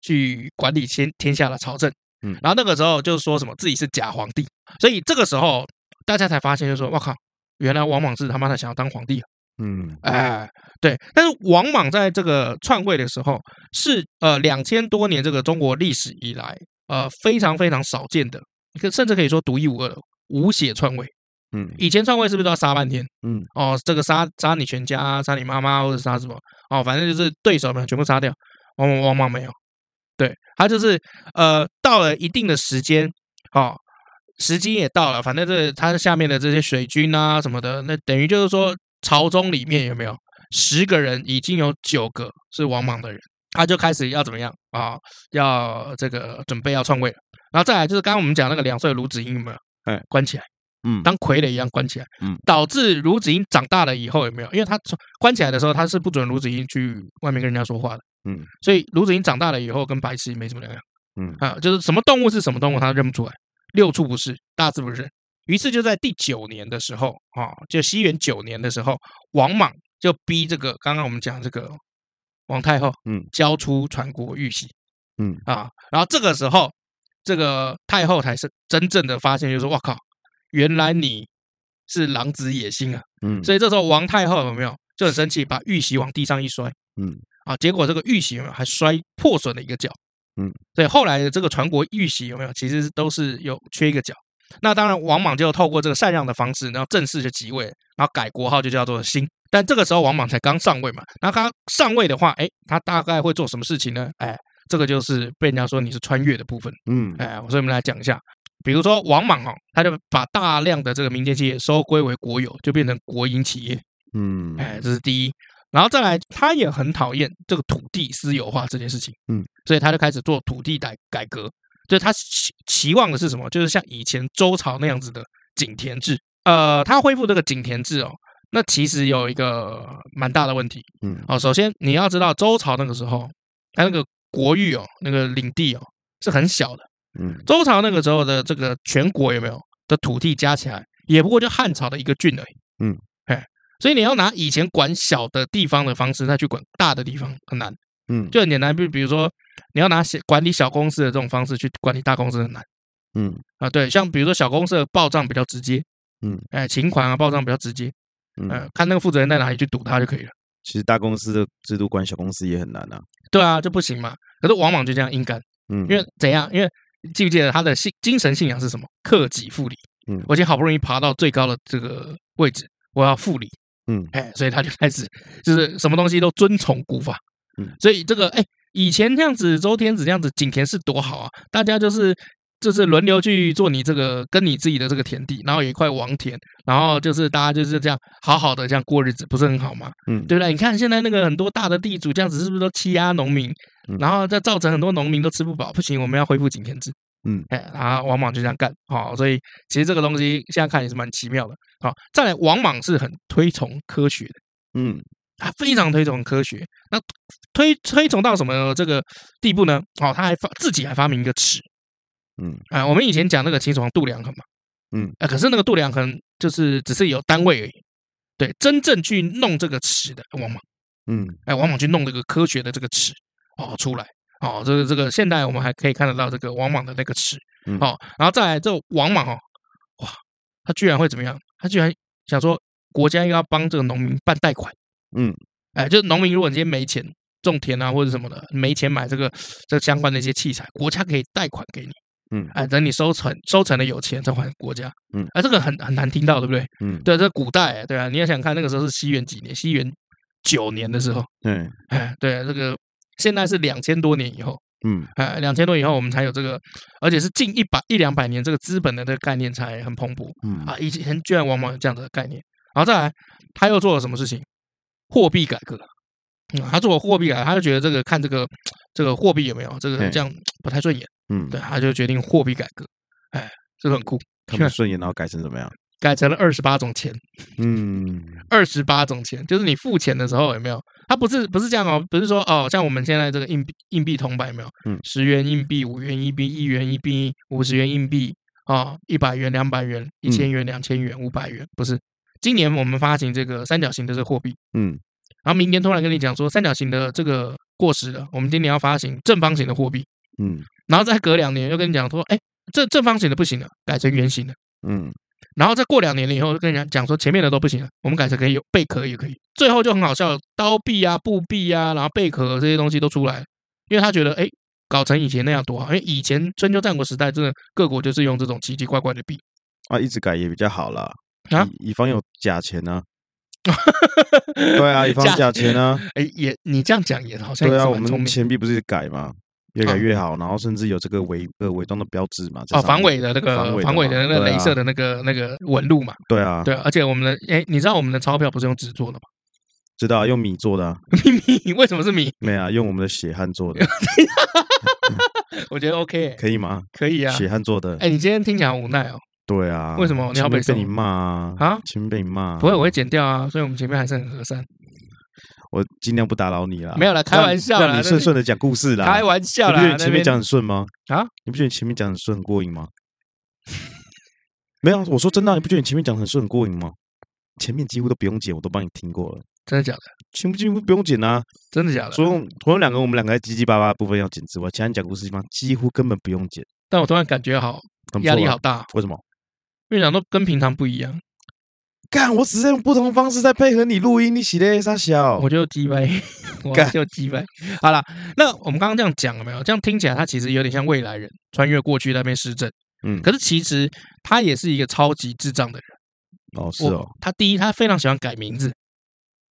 [SPEAKER 1] 去管理天天下的朝政。
[SPEAKER 2] 嗯
[SPEAKER 1] 然后那个时候就说什么自己是假皇帝，所以这个时候大家才发现，就说我靠，原来王莽是他妈的想要当皇帝啊。
[SPEAKER 2] 嗯，
[SPEAKER 1] 哎，对，但是王莽在这个篡位的时候，是呃两千多年这个中国历史以来，呃非常非常少见的，可甚至可以说独一无二的无血篡位。
[SPEAKER 2] 嗯，
[SPEAKER 1] 以前篡位是不是都要杀半天？
[SPEAKER 2] 嗯，
[SPEAKER 1] 哦，这个杀杀你全家，杀你妈妈，或者杀什么？哦，反正就是对手们全部杀掉。王莽王莽没有，对他就是呃，到了一定的时间，哦，时机也到了，反正这他下面的这些水军啊什么的，那等于就是说朝中里面有没有十个人，已经有九个是王莽的人，他就开始要怎么样啊、要这个准备要篡位了。然后再来就是刚刚我们讲那个两岁的卢子英有没有？
[SPEAKER 2] 哎
[SPEAKER 1] 关起来。
[SPEAKER 2] 嗯，
[SPEAKER 1] 当傀儡一样关起来，
[SPEAKER 2] 嗯
[SPEAKER 1] 导致卢子英长大了以后有没有？因为他从关起来的时候，他是不准卢子英去外面跟人家说话的，
[SPEAKER 2] 嗯，
[SPEAKER 1] 所以卢子英长大了以后跟白痴没什么两样，
[SPEAKER 2] 嗯
[SPEAKER 1] 啊，就是什么动物是什么动物，他认不出来，六畜不是，大字不是。于是就在第九年的时候啊，就西元九年的时候，王莽就逼这个刚刚我们讲这个王太后，
[SPEAKER 2] 嗯，
[SPEAKER 1] 交出传国玉玺，
[SPEAKER 2] 嗯
[SPEAKER 1] 啊，然后这个时候，这个太后才是真正的发现，就是说，哇靠，原来你是狼子野心啊！
[SPEAKER 2] 嗯，
[SPEAKER 1] 所以这时候王太后有没有就很生气，把玉玺往地上一摔，
[SPEAKER 2] 嗯，
[SPEAKER 1] 啊，结果这个玉玺有没有还摔破损了一个角，
[SPEAKER 2] 嗯，
[SPEAKER 1] 所以后来的这个传国玉玺有没有其实都是有缺一个角。那当然，王莽就透过这个禅让的方式，然后正式就即位，然后改国号就叫做新。但这个时候王莽才刚上位嘛，那他上位的话，哎，他大概会做什么事情呢？哎，这个就是被人家说你是穿越的部分。
[SPEAKER 2] 嗯，
[SPEAKER 1] 哎，所以我们来讲一下，比如说王莽哦，他就把大量的这个民间企业收归为国有，就变成国营企业。
[SPEAKER 2] 嗯，
[SPEAKER 1] 哎，这是第一。然后再来，他也很讨厌这个土地私有化这件事情，
[SPEAKER 2] 嗯，
[SPEAKER 1] 所以他就开始做土地改改革，就是他期期望的是什么？就是像以前周朝那样子的井田制。呃，他恢复这个井田制哦，那其实有一个蛮大的问题
[SPEAKER 2] 嗯，
[SPEAKER 1] 哦。首先你要知道，周朝那个时候，他那个国域哦，那个领地哦是很小的。
[SPEAKER 2] 嗯，
[SPEAKER 1] 周朝那个时候的这个全国有没有的土地加起来，也不过就汉朝的一个郡而已。
[SPEAKER 2] 嗯，
[SPEAKER 1] 哎，所以你要拿以前管小的地方的方式，再去管大的地方很难。
[SPEAKER 2] 嗯，
[SPEAKER 1] 就很简单，比比如说你要拿小管理小公司的这种方式去管理大公司很难
[SPEAKER 2] 嗯，
[SPEAKER 1] 啊。对，像比如说小公司的报账比较直接，
[SPEAKER 2] 嗯，
[SPEAKER 1] 哎，请款啊报账比较直接，
[SPEAKER 2] 嗯，
[SPEAKER 1] 呃，看那个负责人在哪里去堵他就可以了。
[SPEAKER 2] 其实大公司的制度管小公司也很难啊。
[SPEAKER 1] 对啊，这不行嘛。可是往往就这样硬干，
[SPEAKER 2] 嗯，
[SPEAKER 1] 因为怎样？因为记不记得他的信精神信仰是什么？克己复礼。
[SPEAKER 2] 嗯
[SPEAKER 1] 我已经好不容易爬到最高的这个位置，我要复礼。
[SPEAKER 2] 嗯
[SPEAKER 1] 哎，所以他就开始就是什么东西都遵从古法。
[SPEAKER 2] 嗯，
[SPEAKER 1] 所以这个哎，以前这样子，周天子这样子，井田是多好啊！大家就是就是轮流去做你这个跟你自己的这个田地，然后有一块王田，然后就是大家就是这样好好的这样过日子，不是很好吗？
[SPEAKER 2] 嗯
[SPEAKER 1] 对不对？你看现在那个很多大的地主这样子，是不是都欺压农民？
[SPEAKER 2] 嗯
[SPEAKER 1] 然后再造成很多农民都吃不饱，不行，我们要恢复井田制。
[SPEAKER 2] 嗯，
[SPEAKER 1] 哎，然后王莽就这样干，好、所以其实这个东西现在看也是蛮奇妙的。好、再来，王莽是很推崇科学的，
[SPEAKER 2] 嗯
[SPEAKER 1] 他非常推崇科学。那推推崇到什么这个地步呢？哦，他还发自己还发明一个尺
[SPEAKER 2] 嗯
[SPEAKER 1] 啊、我们以前讲那个秦始皇度量衡嘛，
[SPEAKER 2] 嗯
[SPEAKER 1] 啊，可是那个度量衡就是只是有单位而已。对，真正去弄这个尺的王莽。
[SPEAKER 2] 嗯
[SPEAKER 1] 哎，王莽去弄这个科学的这个尺哦出来哦，这个这个现代我们还可以看得到这个王莽的那个尺
[SPEAKER 2] 嗯
[SPEAKER 1] 哦，然后再来这王莽哦，哇，他居然会怎么样？他居然想说国家要帮这个农民办贷款，
[SPEAKER 2] 嗯，
[SPEAKER 1] 哎，就是农民如果你今天没钱种田啊或者什么的，没钱买这个这相关的一些器材，国家可以贷款给你，
[SPEAKER 2] 嗯
[SPEAKER 1] 哎，等你收成收成了有钱再还国家，
[SPEAKER 2] 嗯
[SPEAKER 1] 哎，这个很很难听到，对不对？
[SPEAKER 2] 嗯，
[SPEAKER 1] 对，这古代对啊，你要想看那个时候是西元几年？西元九年的时候。
[SPEAKER 2] 对，
[SPEAKER 1] 哎，对，这个现在是两千多年以后，
[SPEAKER 2] 嗯
[SPEAKER 1] 哎，两千多以后我们才有这个，而且是近一百一两百年，这个资本的这个概念才很蓬勃
[SPEAKER 2] 嗯
[SPEAKER 1] 啊。以前居然往往有这样子的概念，然后再来，他又做了什么事情？货币改革，嗯、他做了货币改革，他就觉得这个看这个这个货币有没有这个
[SPEAKER 2] 嘿
[SPEAKER 1] 这样不太顺眼，
[SPEAKER 2] 嗯，
[SPEAKER 1] 对，他就决定货币改革，哎，这个很酷，
[SPEAKER 2] 看不顺眼，然后改成怎么样？
[SPEAKER 1] 改成了二十八种钱。
[SPEAKER 2] 嗯
[SPEAKER 1] 二十八种钱，就是你付钱的时候有没有？它不是不是这样哦，不是说哦，像我们现在这个硬币硬币铜板有没有？
[SPEAKER 2] 嗯
[SPEAKER 1] 十元硬币、五元硬币、一元硬币、五十元硬币啊，一、百元、两百元、一千元、两千元、五百元，不是。今年我们发行这个三角形的这个货币，
[SPEAKER 2] 嗯
[SPEAKER 1] 然后明年突然跟你讲说三角形的这个过时了，我们今年要发行正方形的货币，
[SPEAKER 2] 嗯
[SPEAKER 1] 然后再隔两年又跟你讲说，哎，这正方形的不行了，改成圆形的。
[SPEAKER 2] 嗯
[SPEAKER 1] 然后再过两年了以后，就跟人家讲说前面的都不行了，我们改成可以有贝壳也可以。最后就很好笑，刀币啊、布币啊，然后贝壳这些东西都出来了，因为他觉得哎，搞成以前那样多好。因为以前春秋战国时代，真的各国就是用这种奇奇怪怪的币。
[SPEAKER 2] 啊，一直改也比较好啦。
[SPEAKER 1] 啊
[SPEAKER 2] 以以防有假 钱呢。对啊，以防假钱呢。
[SPEAKER 1] 哎，也你这样讲也好像也
[SPEAKER 2] 对
[SPEAKER 1] 是
[SPEAKER 2] 啊，我
[SPEAKER 1] 蛮聪
[SPEAKER 2] 们
[SPEAKER 1] 明嗯
[SPEAKER 2] 钱币不是改嘛，越改越好，然后甚至有这个伪呃伪装的标志嘛。在
[SPEAKER 1] 哦，
[SPEAKER 2] 上
[SPEAKER 1] 防
[SPEAKER 2] 面
[SPEAKER 1] 伪的那
[SPEAKER 2] 防
[SPEAKER 1] 个
[SPEAKER 2] 伪
[SPEAKER 1] 防伪的那个
[SPEAKER 2] 嘛对啊
[SPEAKER 1] 镭射的那个那个纹路嘛，
[SPEAKER 2] 对啊，
[SPEAKER 1] 对啊，而且我们的哎，你知道我们的钞票不是用纸做的吗？
[SPEAKER 2] 知道啊用米做的啊，
[SPEAKER 1] 米为什么是米？
[SPEAKER 2] 没啊，用我们的血汗 做的，
[SPEAKER 1] 我觉得 OK，
[SPEAKER 2] 可以吗？
[SPEAKER 1] 可以啊。
[SPEAKER 2] 血汗做的，
[SPEAKER 1] 哎，你今天听起来好无奈哦。
[SPEAKER 2] 对啊。
[SPEAKER 1] 为什么你
[SPEAKER 2] 前
[SPEAKER 1] 要
[SPEAKER 2] 面
[SPEAKER 1] 被什
[SPEAKER 2] 被你
[SPEAKER 1] 么
[SPEAKER 2] 骂啊
[SPEAKER 1] 啊
[SPEAKER 2] 前面被你骂啊，
[SPEAKER 1] 不会，我会剪掉啊，所以我们前面还是很和善。
[SPEAKER 2] 我尽量不打扰你啦。
[SPEAKER 1] 啊没有啦开
[SPEAKER 2] 让
[SPEAKER 1] 玩笑啦
[SPEAKER 2] 让你
[SPEAKER 1] 那
[SPEAKER 2] 顺
[SPEAKER 1] 是
[SPEAKER 2] 顺的讲啊故事啦。
[SPEAKER 1] 开玩笑
[SPEAKER 2] 你
[SPEAKER 1] 啦
[SPEAKER 2] 不觉得，
[SPEAKER 1] 啊
[SPEAKER 2] 你
[SPEAKER 1] 那
[SPEAKER 2] 前面
[SPEAKER 1] 边
[SPEAKER 2] 讲很顺吗？
[SPEAKER 1] 啊，
[SPEAKER 2] 你不觉得你前面讲很顺很过瘾吗？没有啊，我说真的啊、你不觉得你前面讲得很顺很过瘾吗？前面几乎都不用剪，我都帮你听过了，
[SPEAKER 1] 真的假的？
[SPEAKER 2] 全部几乎不用剪啊。
[SPEAKER 1] 真的假的
[SPEAKER 2] 除？了除了两个我们两个在叽叽巴巴的部分要剪之外，其他你讲故事地方几乎根本不用剪，
[SPEAKER 1] 但我突然感觉好
[SPEAKER 2] 很不错
[SPEAKER 1] 压
[SPEAKER 2] 啊
[SPEAKER 1] 力好。大，
[SPEAKER 2] 为什么？
[SPEAKER 1] 因为想都跟平常不一样，
[SPEAKER 2] 干，我只是用不同的方式在配合你录音，你洗嘞傻小。
[SPEAKER 1] 我就鸡 掰，我
[SPEAKER 2] 干
[SPEAKER 1] 就鸡掰。好啦，那我们刚刚这样讲了没有？这样听起来他其实有点像未来人穿越过去那边施政，
[SPEAKER 2] 嗯
[SPEAKER 1] 可是其实他也是一个超级智障的人。
[SPEAKER 2] 哦，是
[SPEAKER 1] 我
[SPEAKER 2] 哦，
[SPEAKER 1] 他第一他非常喜欢改名字，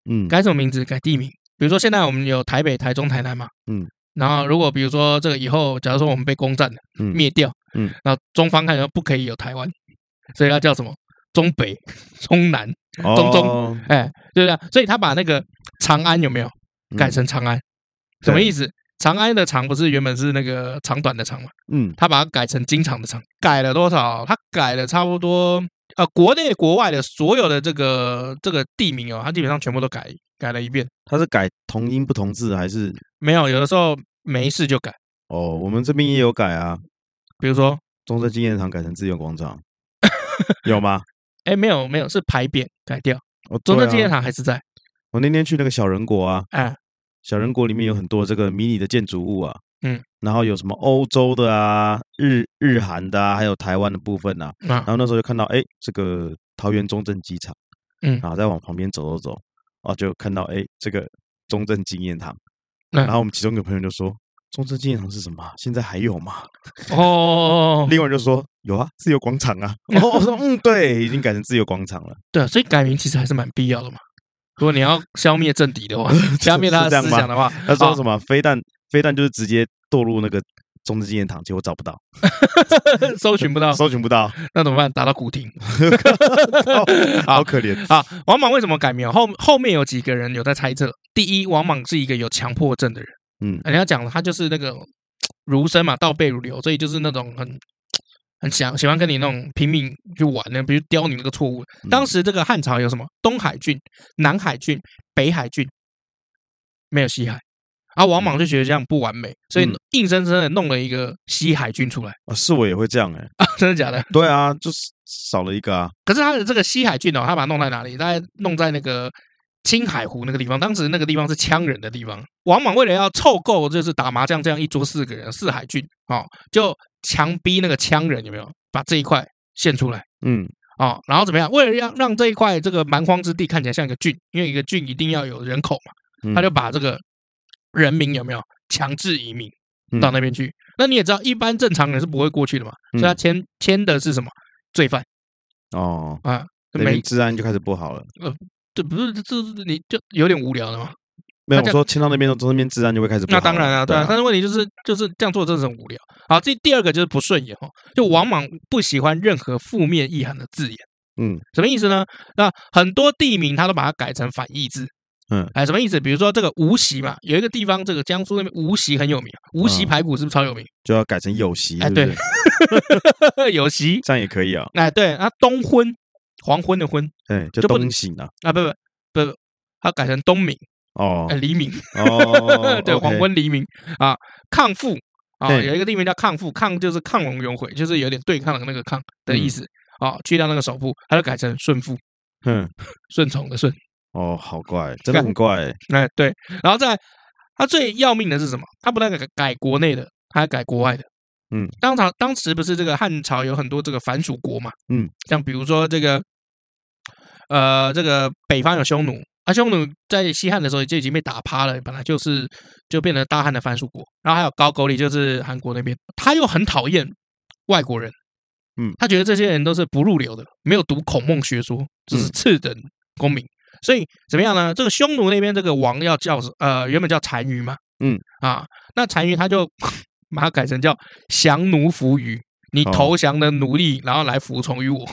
[SPEAKER 2] 嗯
[SPEAKER 1] 改什么名字？改地名。比如说现在我们有台北、台中、台南嘛，
[SPEAKER 2] 嗯，
[SPEAKER 1] 然后如果比如说这个以后，假如说我们被攻占了，
[SPEAKER 2] 嗯
[SPEAKER 1] 灭掉，
[SPEAKER 2] 嗯，
[SPEAKER 1] 然后中方看说不可以有台湾，所以它叫什么？中北、 中南，中中
[SPEAKER 2] 哦
[SPEAKER 1] 哎，对不对？所以他把那个长安有没有
[SPEAKER 2] 嗯
[SPEAKER 1] 改成长安？什么意思？长安的长不是原本是那个长短的长嘛，
[SPEAKER 2] 嗯，
[SPEAKER 1] 他把它改成经常的长，改了多少？他改了差不多呃，国内国外的所有的这个这个地名哦，他基本上全部都改改了一遍。
[SPEAKER 2] 他是改同音不同字还是？
[SPEAKER 1] 没有，有的时候没
[SPEAKER 2] 嗯
[SPEAKER 1] 事就改，
[SPEAKER 2] 哦，我们这边也有改啊，
[SPEAKER 1] 比如说
[SPEAKER 2] 中正纪念堂改成资源 广场，有吗？
[SPEAKER 1] 哎，没有没有，是牌匾改掉，
[SPEAKER 2] 哦，
[SPEAKER 1] 中
[SPEAKER 2] 对
[SPEAKER 1] 正
[SPEAKER 2] 啊
[SPEAKER 1] 纪念堂还是在，
[SPEAKER 2] 我那天去那个小人国啊，
[SPEAKER 1] 哎，
[SPEAKER 2] 小人国里面有很多这个迷你的建筑物啊，
[SPEAKER 1] 嗯，
[SPEAKER 2] 然后有什么欧洲的啊、日日韩的啊，还有台湾的部分啊，
[SPEAKER 1] 啊
[SPEAKER 2] 然，后那时候就看到哎，这个桃园中正机场，
[SPEAKER 1] 嗯
[SPEAKER 2] 然后再往旁边走走走，啊，就看到哎这个中正纪念堂，
[SPEAKER 1] 嗯
[SPEAKER 2] 然后我们其中一个朋友就说。中正纪念堂是什么啊？现在还有吗？
[SPEAKER 1] 哦，
[SPEAKER 2] 另外就说有啊，自由广场 啊。然后我说嗯，对，已经改成自由广场了。
[SPEAKER 1] 对啊，所以改名其实还是蛮必要的嘛。如果你要消灭政敌的话，消灭他
[SPEAKER 2] 是这
[SPEAKER 1] 的
[SPEAKER 2] 样
[SPEAKER 1] 思
[SPEAKER 2] 吗
[SPEAKER 1] 想的话，
[SPEAKER 2] 他说
[SPEAKER 1] 啊
[SPEAKER 2] 什么飞弹？飞弹就是直接堕入那个中正纪念堂，结果找不到，
[SPEAKER 1] 搜寻不到，
[SPEAKER 2] 搜寻不 到，
[SPEAKER 1] 那怎么办？打到古亭。
[SPEAKER 2] 好可怜。
[SPEAKER 1] 啊，王莽为什么改名？后后面有几个人有在猜测。第一，王莽是一个有强迫症的人。
[SPEAKER 2] 嗯
[SPEAKER 1] 人家讲他就是那个儒生嘛，倒背如流，所以就是那种很很想喜欢跟你那种拼命去玩的，比如刁你那个错误。
[SPEAKER 2] 嗯
[SPEAKER 1] 当时这个汉朝有什么东海郡、南海郡、北海郡，没有西海。啊，王莽就觉得这样不完美，所以
[SPEAKER 2] 嗯
[SPEAKER 1] 硬生生的弄了一个西海郡出来
[SPEAKER 2] 啊是我也会这样哎，
[SPEAKER 1] 啊，真的假的？
[SPEAKER 2] 对啊，就是少了一个啊，
[SPEAKER 1] 可是他的这个西海郡哦，他把它弄在哪里？大概弄在那个青海湖那个地方。当时那个地方是羌人的地方。王莽为了要凑够，就是打麻将这样一桌四个人，四海郡哦，就强逼那个羌人有没有把这一块献出来
[SPEAKER 2] 嗯
[SPEAKER 1] 哦？然后怎么样？为了让让这一块这个蛮荒之地看起来像一个郡，因为一个郡一定要有人口嘛，
[SPEAKER 2] 嗯
[SPEAKER 1] 他就把这个人民有没有强制移民
[SPEAKER 2] 嗯
[SPEAKER 1] 到那边去？那你也知道，一般正常人是不会过去的嘛，所以他
[SPEAKER 2] 嗯
[SPEAKER 1] 签签的是什么罪犯？
[SPEAKER 2] 哦，那
[SPEAKER 1] 没
[SPEAKER 2] 边治安就开始不好了。
[SPEAKER 1] 这不是这这这你就有点无聊了嘛？
[SPEAKER 2] 没有
[SPEAKER 1] 那这
[SPEAKER 2] 我说迁到那边，中那边治安就会开始不好
[SPEAKER 1] 那
[SPEAKER 2] 了。
[SPEAKER 1] 当然啊，对
[SPEAKER 2] 对
[SPEAKER 1] 啊。
[SPEAKER 2] 啊，
[SPEAKER 1] 但是问题就是就是这样做真的是很无聊。好，这第二个就是不顺眼哦，就王莽不喜欢任何负面意涵的字眼，
[SPEAKER 2] 嗯
[SPEAKER 1] 什么意思呢？那很多地名他都把它改成反义字。
[SPEAKER 2] 嗯
[SPEAKER 1] 哎，什么意思？比如说这个无锡嘛，有一个地方，这个江苏那边无锡很有名，啊无锡
[SPEAKER 2] 嗯
[SPEAKER 1] 排骨是不是超有名？
[SPEAKER 2] 就要改成有席，
[SPEAKER 1] 哎
[SPEAKER 2] 是不是
[SPEAKER 1] 对有锡，
[SPEAKER 2] 这样也可以啊。
[SPEAKER 1] 哎，对，啊，东昏，黄昏的昏
[SPEAKER 2] 对，就
[SPEAKER 1] 就不
[SPEAKER 2] 东醒啊。
[SPEAKER 1] 啊，不不不不，它改成东明，
[SPEAKER 2] 哦
[SPEAKER 1] 哎，黎明，，
[SPEAKER 2] 哦
[SPEAKER 1] 对，黄
[SPEAKER 2] OK，
[SPEAKER 1] 昏黎明啊，抗父啊，
[SPEAKER 2] 对
[SPEAKER 1] 有一个地名叫抗父，抗就是抗龙永悔，就是有点对抗的那个抗的意思啊，去掉那个首部，它就改成顺父，
[SPEAKER 2] 嗯，
[SPEAKER 1] 顺从的顺。
[SPEAKER 2] 哦，好怪，真的很怪。
[SPEAKER 1] 哎，对，然后再来他最要命的是什么？他不但改改国内的，他还改国外的。
[SPEAKER 2] 嗯，
[SPEAKER 1] 当朝当时不是这个汉朝有很多这个藩属国嘛？
[SPEAKER 2] 嗯，
[SPEAKER 1] 像比如说这个，呃，这个北方有匈奴，啊，匈奴在西汉的时候就已经被打趴了，本来就是就变成大汉的藩属国。然后还有高句丽，就是韩国那边，他又很讨厌外国人。
[SPEAKER 2] 嗯，
[SPEAKER 1] 他觉得这些人都是不入流的，没有读孔孟学说，只是
[SPEAKER 2] 嗯
[SPEAKER 1] 次等公民。所以怎么样呢？这个匈奴那边这个王要叫呃，原本叫单于嘛，
[SPEAKER 2] 嗯
[SPEAKER 1] 啊，那单于他就 把它改成叫降奴服于，你
[SPEAKER 2] 哦
[SPEAKER 1] 投降的奴隶，然后来服从于我，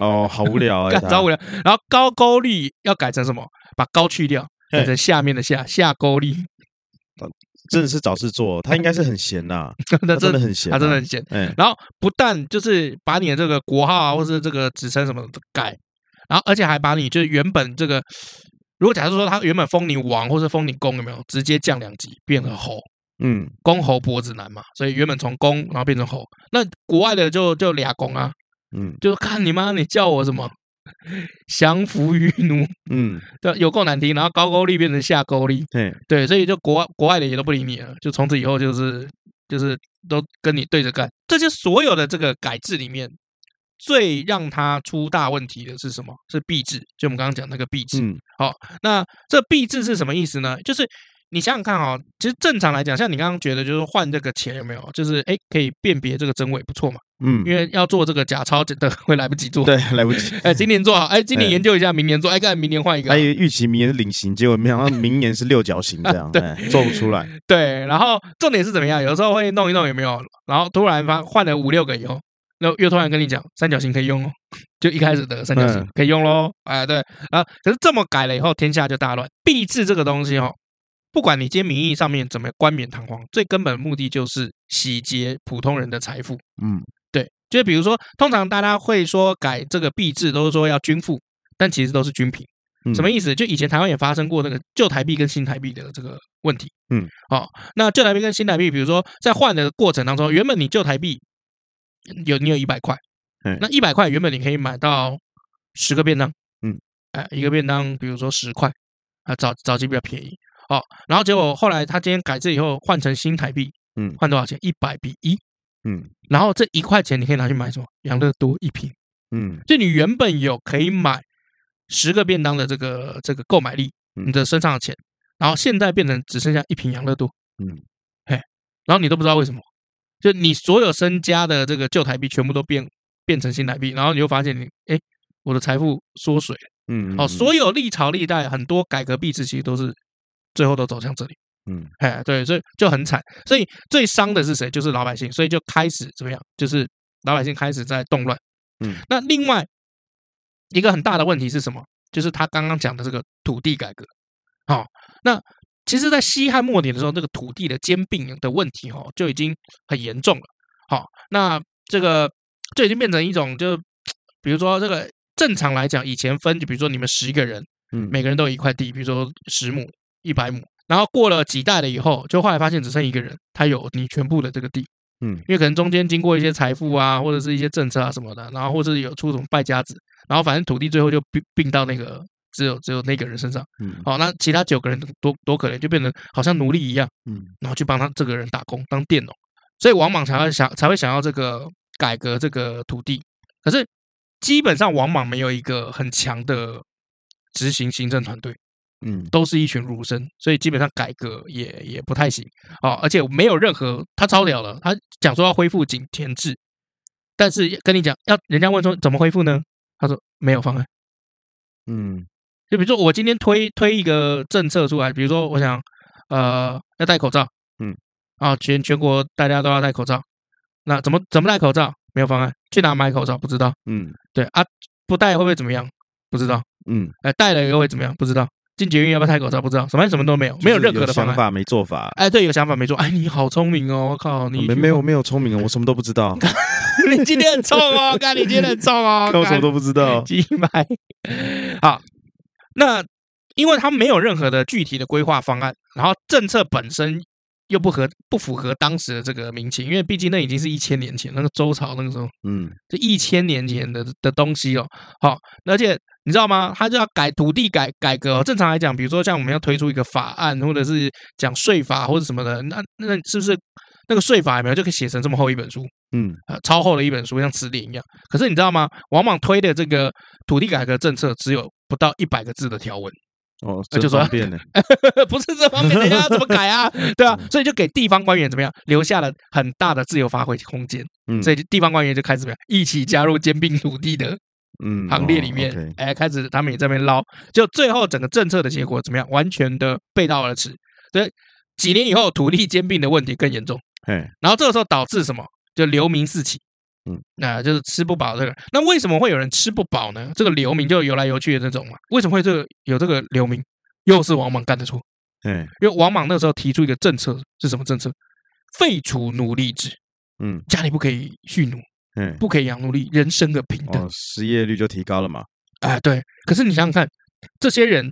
[SPEAKER 2] 哦，好无聊哎
[SPEAKER 1] 干，超无聊。然后高句丽要改成什么？把高去掉，
[SPEAKER 2] 嘿
[SPEAKER 1] 改成下面的下下勾丽，
[SPEAKER 2] 真的是找事做，他应该是很 闲呐，
[SPEAKER 1] 那
[SPEAKER 2] 他真
[SPEAKER 1] 真
[SPEAKER 2] 的
[SPEAKER 1] 的
[SPEAKER 2] 很闲啊，
[SPEAKER 1] 他真的很闲。
[SPEAKER 2] 哎，
[SPEAKER 1] 然后不但就是把你的这个国号啊，或是这个职称什么的都改，然后而且还把你就是原本这个，如果假设说他原本封你王或是封你公，有没有直接降两级变成侯？
[SPEAKER 2] 嗯，
[SPEAKER 1] 公侯伯子男嘛，所以原本从公然后变成侯。那国外的就就俩公啊，
[SPEAKER 2] 嗯
[SPEAKER 1] 就是看你妈你叫我什么， 降服于奴，
[SPEAKER 2] 嗯，
[SPEAKER 1] 对，有够难听。然后高句丽变成下勾丽，
[SPEAKER 2] 嘿，
[SPEAKER 1] 对，所以就国外国外的也都不理你了，就从此以后就是就是都跟你对着干。这些所有的这个改制里面，最让他出大问题的是什么？是币制，就我们刚刚讲那个币制。
[SPEAKER 2] 嗯
[SPEAKER 1] 那这币制是什么意思呢？就是你想想看哦，其实正常来讲，像你刚刚觉得就是换这个钱有没有，就是哎可以辨别这个真伪，不错嘛。
[SPEAKER 2] 嗯，
[SPEAKER 1] 因为要做这个假钞真的 会来不及做。
[SPEAKER 2] 对，来不 及。
[SPEAKER 1] 哎，今年做好，哎，今年
[SPEAKER 2] 哎
[SPEAKER 1] 研究一下，明年做，哎，看明年换一个
[SPEAKER 2] 他。以为预期明年是菱形，结果没想到明年是六角形
[SPEAKER 1] 啊
[SPEAKER 2] 这样，哎做不 出来。
[SPEAKER 1] 对，然后重点是怎么样？有时候会弄一弄，有没有？然后突然发换了五六个以后，那又突然跟你讲三角形可以用哦， 就一开始的三角形
[SPEAKER 2] 嗯
[SPEAKER 1] 可以用喽。哎，对，啊，可是这么改了以后，天下就大乱。币制这个东西哦，不管你今天名义上面怎么冠冕堂皇，最根本的目的就是洗劫普通人的财富。
[SPEAKER 2] 嗯，
[SPEAKER 1] 对，就比如说，通常大家会说改这个币制，都是说要均富，但其实都是均平。
[SPEAKER 2] 嗯
[SPEAKER 1] 什么意思？就以前台湾也发生过那个旧台币跟新台币的这个问题。
[SPEAKER 2] 嗯，
[SPEAKER 1] 哦，那旧台币跟新台币，比如说在换的过程当中，原本你旧台币有你有一百块
[SPEAKER 2] 嗯，
[SPEAKER 1] 那一百块原本你可以买到十个便当。
[SPEAKER 2] 嗯，
[SPEAKER 1] 哎，一个便当比如说十块啊，早早期比较便宜。哦，然后结果后来他今天改制以后换成新台币，
[SPEAKER 2] 嗯
[SPEAKER 1] 换多少钱？一百比一。
[SPEAKER 2] 嗯
[SPEAKER 1] 然后这一块钱你可以拿去买什么？养乐多一瓶。
[SPEAKER 2] 嗯
[SPEAKER 1] 就你原本有可以买十个便当的这个这个购买力，
[SPEAKER 2] 嗯
[SPEAKER 1] 你的身上的钱，然后现在变成只剩下一瓶养乐多，
[SPEAKER 2] 嗯，
[SPEAKER 1] 然后你都不知道为什么，就你所有身家的这个旧台币全部都变变成新台币，然后你就发现你哎，诶我的财富缩水了。
[SPEAKER 2] 嗯，
[SPEAKER 1] 哦，
[SPEAKER 2] 嗯
[SPEAKER 1] 所有历朝历代很多改革币制其实都是最后都走向这里。
[SPEAKER 2] 嗯
[SPEAKER 1] 哎，对，所以就很惨。所以最伤的是谁？就是老百姓。所以就开始怎么样？就是老百姓开始在动乱。
[SPEAKER 2] 嗯，
[SPEAKER 1] 那另外一个很大的问题是什么？就是他刚刚讲的这个土地改革。哦，那其实，在西汉末年的时候，这个土地的兼并的问题哦，就已经很严重了。好、那这个就已经变成一种，就比如说这个正常来讲，以前分，就比如说你们十个人，
[SPEAKER 2] 嗯
[SPEAKER 1] 每个人都有一块地，比如说十亩、一百亩，然后过了几代了以后，就后来发现只剩一个人，他有你全部的这个地，
[SPEAKER 2] 嗯
[SPEAKER 1] 因为可能中间经过一些财富啊，或者是一些政策啊什么的，然后或者是有出什么败家子，然后反正土地最后就并并到那个只有只有那个人身上。
[SPEAKER 2] 嗯
[SPEAKER 1] 好、那其他九个人多多可怜，就变成好像奴隶一样，
[SPEAKER 2] 嗯
[SPEAKER 1] 然后去帮他这个人打工当佃农，所以王莽才要想才会想要这个改革这个土地。可是基本上王莽没有一个很强的执行行政团队，
[SPEAKER 2] 嗯
[SPEAKER 1] 都是一群儒生，所以基本上改革也也不太行哦，而且没有任何他超屌了，他讲说要恢复井田制，但是跟你讲要人家问说怎么恢复呢？他说没有方案。
[SPEAKER 2] 嗯
[SPEAKER 1] 就比如说我今天推推一个政策出来，比如说我想，呃，要戴口罩，
[SPEAKER 2] 嗯，
[SPEAKER 1] 啊，全全国大家都要戴口罩，那怎么怎么戴口罩？没有方案，去哪买口罩不知道，
[SPEAKER 2] 嗯
[SPEAKER 1] 对啊，不戴会不会怎么样？不知道，
[SPEAKER 2] 嗯，
[SPEAKER 1] 哎、戴了又会怎么样？不知道，进捷运要不要戴口罩？不知道，什么什么都没有，没有
[SPEAKER 2] 就是
[SPEAKER 1] 任何的方
[SPEAKER 2] 想
[SPEAKER 1] 案。
[SPEAKER 2] 法，没做法。呃
[SPEAKER 1] 哎，对，有想法没错。哎，你好聪明哦！我靠，你
[SPEAKER 2] 没没有，没有聪明啊，我什么都 不知道，
[SPEAKER 1] 你今天很冲哦，看你今天很冲 哦，
[SPEAKER 2] 看我什
[SPEAKER 1] 干
[SPEAKER 2] 么都不知道。
[SPEAKER 1] 鸡掰。好，那因为他没有任何的具体的规划方案，然后政策本身又不合不符合当时的这个民情，因为毕竟那已经是一千年前那个周朝那个时候，
[SPEAKER 2] 嗯
[SPEAKER 1] 这一千年前的的东西哦。好，而且你知道吗？他就要改土地改改革、哦。正常来讲，比如说像我们要推出一个法案，或者是讲税法或者什么的，那那是不是那个税法有没有就可以写成这么厚一本书？
[SPEAKER 2] 嗯
[SPEAKER 1] 呃超厚的一本书，像词典一样。可是你知道吗？王莽推的这个土地改革政策只有不到一百个字的条文，
[SPEAKER 2] 哦，
[SPEAKER 1] 那
[SPEAKER 2] 这
[SPEAKER 1] 就说
[SPEAKER 2] 方便 了。
[SPEAKER 1] 不是这方面人家要怎么改啊？对
[SPEAKER 2] 嗯
[SPEAKER 1] 啊，所以就给地方官员怎么样留下了很大的自由发挥空间。
[SPEAKER 2] 嗯
[SPEAKER 1] 所以地方官员就开始怎么样一起加入兼并土地的
[SPEAKER 2] 嗯，
[SPEAKER 1] 行列
[SPEAKER 2] 哦
[SPEAKER 1] 里面
[SPEAKER 2] OK，，
[SPEAKER 1] 哎，开始他们也在那边捞，就最后整个政策的结果怎么样，完全的背道而驰。所以几年以后，土地兼并的问题更严重。
[SPEAKER 2] 嘿，
[SPEAKER 1] 然后这个时候导致什么？就流民四起。
[SPEAKER 2] 嗯，
[SPEAKER 1] 那、就是吃不饱这个。那为什么会有人吃不饱呢？这个流民就游来游去的那种嘛。为什么会这个有这个流民？又是王莽干的错，
[SPEAKER 2] 嘿，
[SPEAKER 1] 因为王莽那时候提出一个政策是什么政策？废除奴隶制，
[SPEAKER 2] 嗯，
[SPEAKER 1] 家里不可以蓄奴，
[SPEAKER 2] 嘿，
[SPEAKER 1] 不可以养奴隶，人生而平等
[SPEAKER 2] 哦，。失业率就提高了嘛。
[SPEAKER 1] 哎，对。可是你想想看，这些人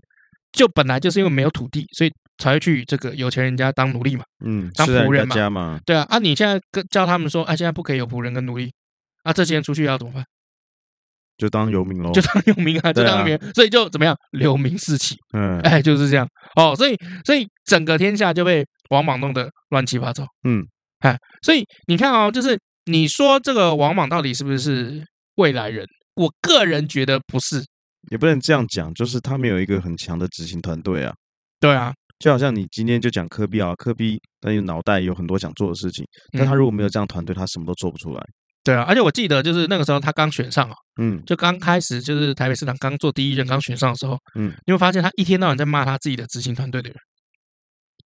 [SPEAKER 1] 就本来就是因为没有土地，所以才会去这个有钱人家当奴隶嘛。
[SPEAKER 2] 嗯，
[SPEAKER 1] 当
[SPEAKER 2] 是在
[SPEAKER 1] 仆人
[SPEAKER 2] 人
[SPEAKER 1] 嘛
[SPEAKER 2] 家家嘛。
[SPEAKER 1] 对啊，啊，你现在跟叫他们说，啊，现在不可以有仆人跟奴隶，啊，这些人出去要怎么办？
[SPEAKER 2] 就当游民喽
[SPEAKER 1] 就。当游民 啊，就
[SPEAKER 2] 对啊
[SPEAKER 1] 当游民，所以就怎么样，流民四起，
[SPEAKER 2] 嗯
[SPEAKER 1] 哎，就是这样哦，所以所以整个天下就被王莽弄得乱七八糟，
[SPEAKER 2] 嗯，
[SPEAKER 1] 哎，所以你看哦，就是你说这个王莽到底是不是未来人？我个人觉得不是，
[SPEAKER 2] 也不能这样讲，就是他们有一个很强的执行团队啊。
[SPEAKER 1] 对啊，
[SPEAKER 2] 就好像你今天就讲科比啊，科比他有脑袋有很多想做的事情，但他
[SPEAKER 1] 嗯
[SPEAKER 2] 如果没有这样团队，他什么都做不出来。
[SPEAKER 1] 对啊，而且我记得就是那个时候他刚选上啊，
[SPEAKER 2] 嗯
[SPEAKER 1] 就刚开始就是台北市长刚做第一任刚选上的时候，
[SPEAKER 2] 嗯，
[SPEAKER 1] 你会发现他一天到晚在骂他自己的执行团队的人。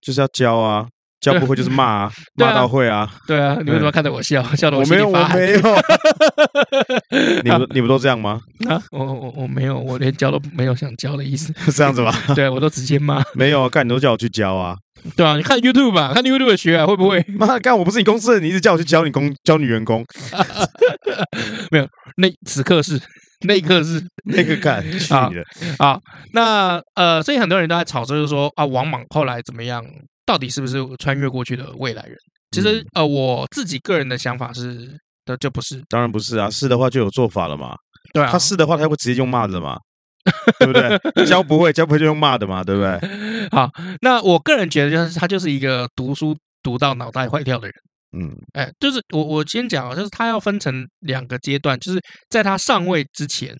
[SPEAKER 2] 就是要教啊，教不会就是骂啊，
[SPEAKER 1] 对啊
[SPEAKER 2] 骂到会啊。
[SPEAKER 1] 对啊，你为什么看着我笑？笑得
[SPEAKER 2] 我
[SPEAKER 1] 心
[SPEAKER 2] 没有，
[SPEAKER 1] 里
[SPEAKER 2] 嗯我
[SPEAKER 1] 发寒。
[SPEAKER 2] 没有。你不你不都这样吗？
[SPEAKER 1] 啊，我我我没有，我连教都没有想教的意 思。
[SPEAKER 2] 是这样子吧？
[SPEAKER 1] 对我都直接骂。
[SPEAKER 2] 没有，干你都叫我去 教啊！
[SPEAKER 1] 对啊，你看 YouTube 吧，看 YouTube 学啊，会不会？
[SPEAKER 2] 妈，干我不是你公司的，你一直叫我去教你工教女员工，
[SPEAKER 1] 那此刻是，那一刻是
[SPEAKER 2] 那个 干去
[SPEAKER 1] 啊
[SPEAKER 2] 你的！
[SPEAKER 1] 啊。那呃，所以很多人都在吵，就是说啊，王莽后来怎么样？到底是不是穿越过去的未来人？其实
[SPEAKER 2] 嗯
[SPEAKER 1] 呃，我自己个人的想法是，的就不是。
[SPEAKER 2] 当然不是啊，是的话就有做法了嘛。
[SPEAKER 1] 对啊
[SPEAKER 2] 他，是的话，他会直接用骂的嘛，对不对？教不会，教不会就用骂的嘛，对不对？
[SPEAKER 1] 那我个人觉得就是他就是一个读书读到脑袋坏掉的人。
[SPEAKER 2] 嗯，
[SPEAKER 1] 哎，就是我我先讲啊，就是他要分成两个阶段，就是在他上位之前，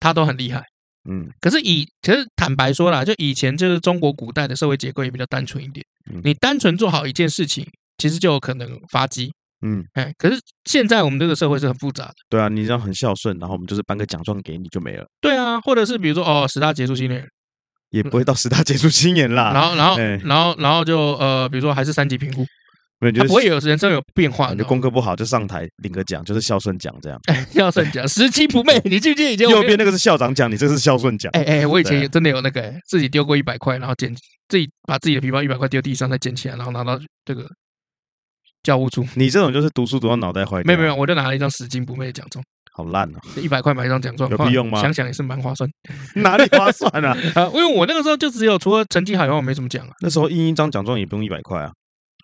[SPEAKER 1] 他都很厉害。
[SPEAKER 2] 嗯，
[SPEAKER 1] 可是以其实坦白说啦，就以前就是中国古代的社会结构也比较单纯一点
[SPEAKER 2] 嗯，
[SPEAKER 1] 你单纯做好一件事情，其实就有可能发迹。
[SPEAKER 2] 嗯，
[SPEAKER 1] 哎，可是现在我们这个社会是很复杂的，
[SPEAKER 2] 对啊，你这样很孝顺，然后我们就是颁个奖状给你就没了，
[SPEAKER 1] 对啊，或者是比如说哦，十大杰出青年人，
[SPEAKER 2] 也不会到十大杰出青年啦。
[SPEAKER 1] 嗯然后然后
[SPEAKER 2] 哎
[SPEAKER 1] 然后然后就呃，比如说还是三级评估，
[SPEAKER 2] 没有，你
[SPEAKER 1] 他
[SPEAKER 2] 就
[SPEAKER 1] 不会有人生有变化
[SPEAKER 2] 你就
[SPEAKER 1] 的。哦
[SPEAKER 2] 功课不好就上台领个奖，就是孝顺奖这样。
[SPEAKER 1] 哎，要算讲十七不昧，你记不记得以前我
[SPEAKER 2] 右
[SPEAKER 1] 们
[SPEAKER 2] 边那个是校长奖，你这是孝顺奖。
[SPEAKER 1] 哎哎，我以前
[SPEAKER 2] 对
[SPEAKER 1] 也真的有那个、哎自己丢过一百块，然后捡自己把自己的皮包一百块丢地上，再捡起来，然后拿到这个教务处。
[SPEAKER 2] 你这种就是读书读到脑袋坏掉，
[SPEAKER 1] 没有没有，，我就拿了一张十斤不昧的奖状，
[SPEAKER 2] 好烂哦，
[SPEAKER 1] 一百块买一张奖状，
[SPEAKER 2] 有必
[SPEAKER 1] 哇
[SPEAKER 2] 用吗
[SPEAKER 1] 想想也是蛮划算
[SPEAKER 2] 哪里划算啊？
[SPEAKER 1] 啊、因为我那个时候就只有除了成绩好以外，我没什么奖啊。
[SPEAKER 2] 那时候印一张奖状也不用一百块啊，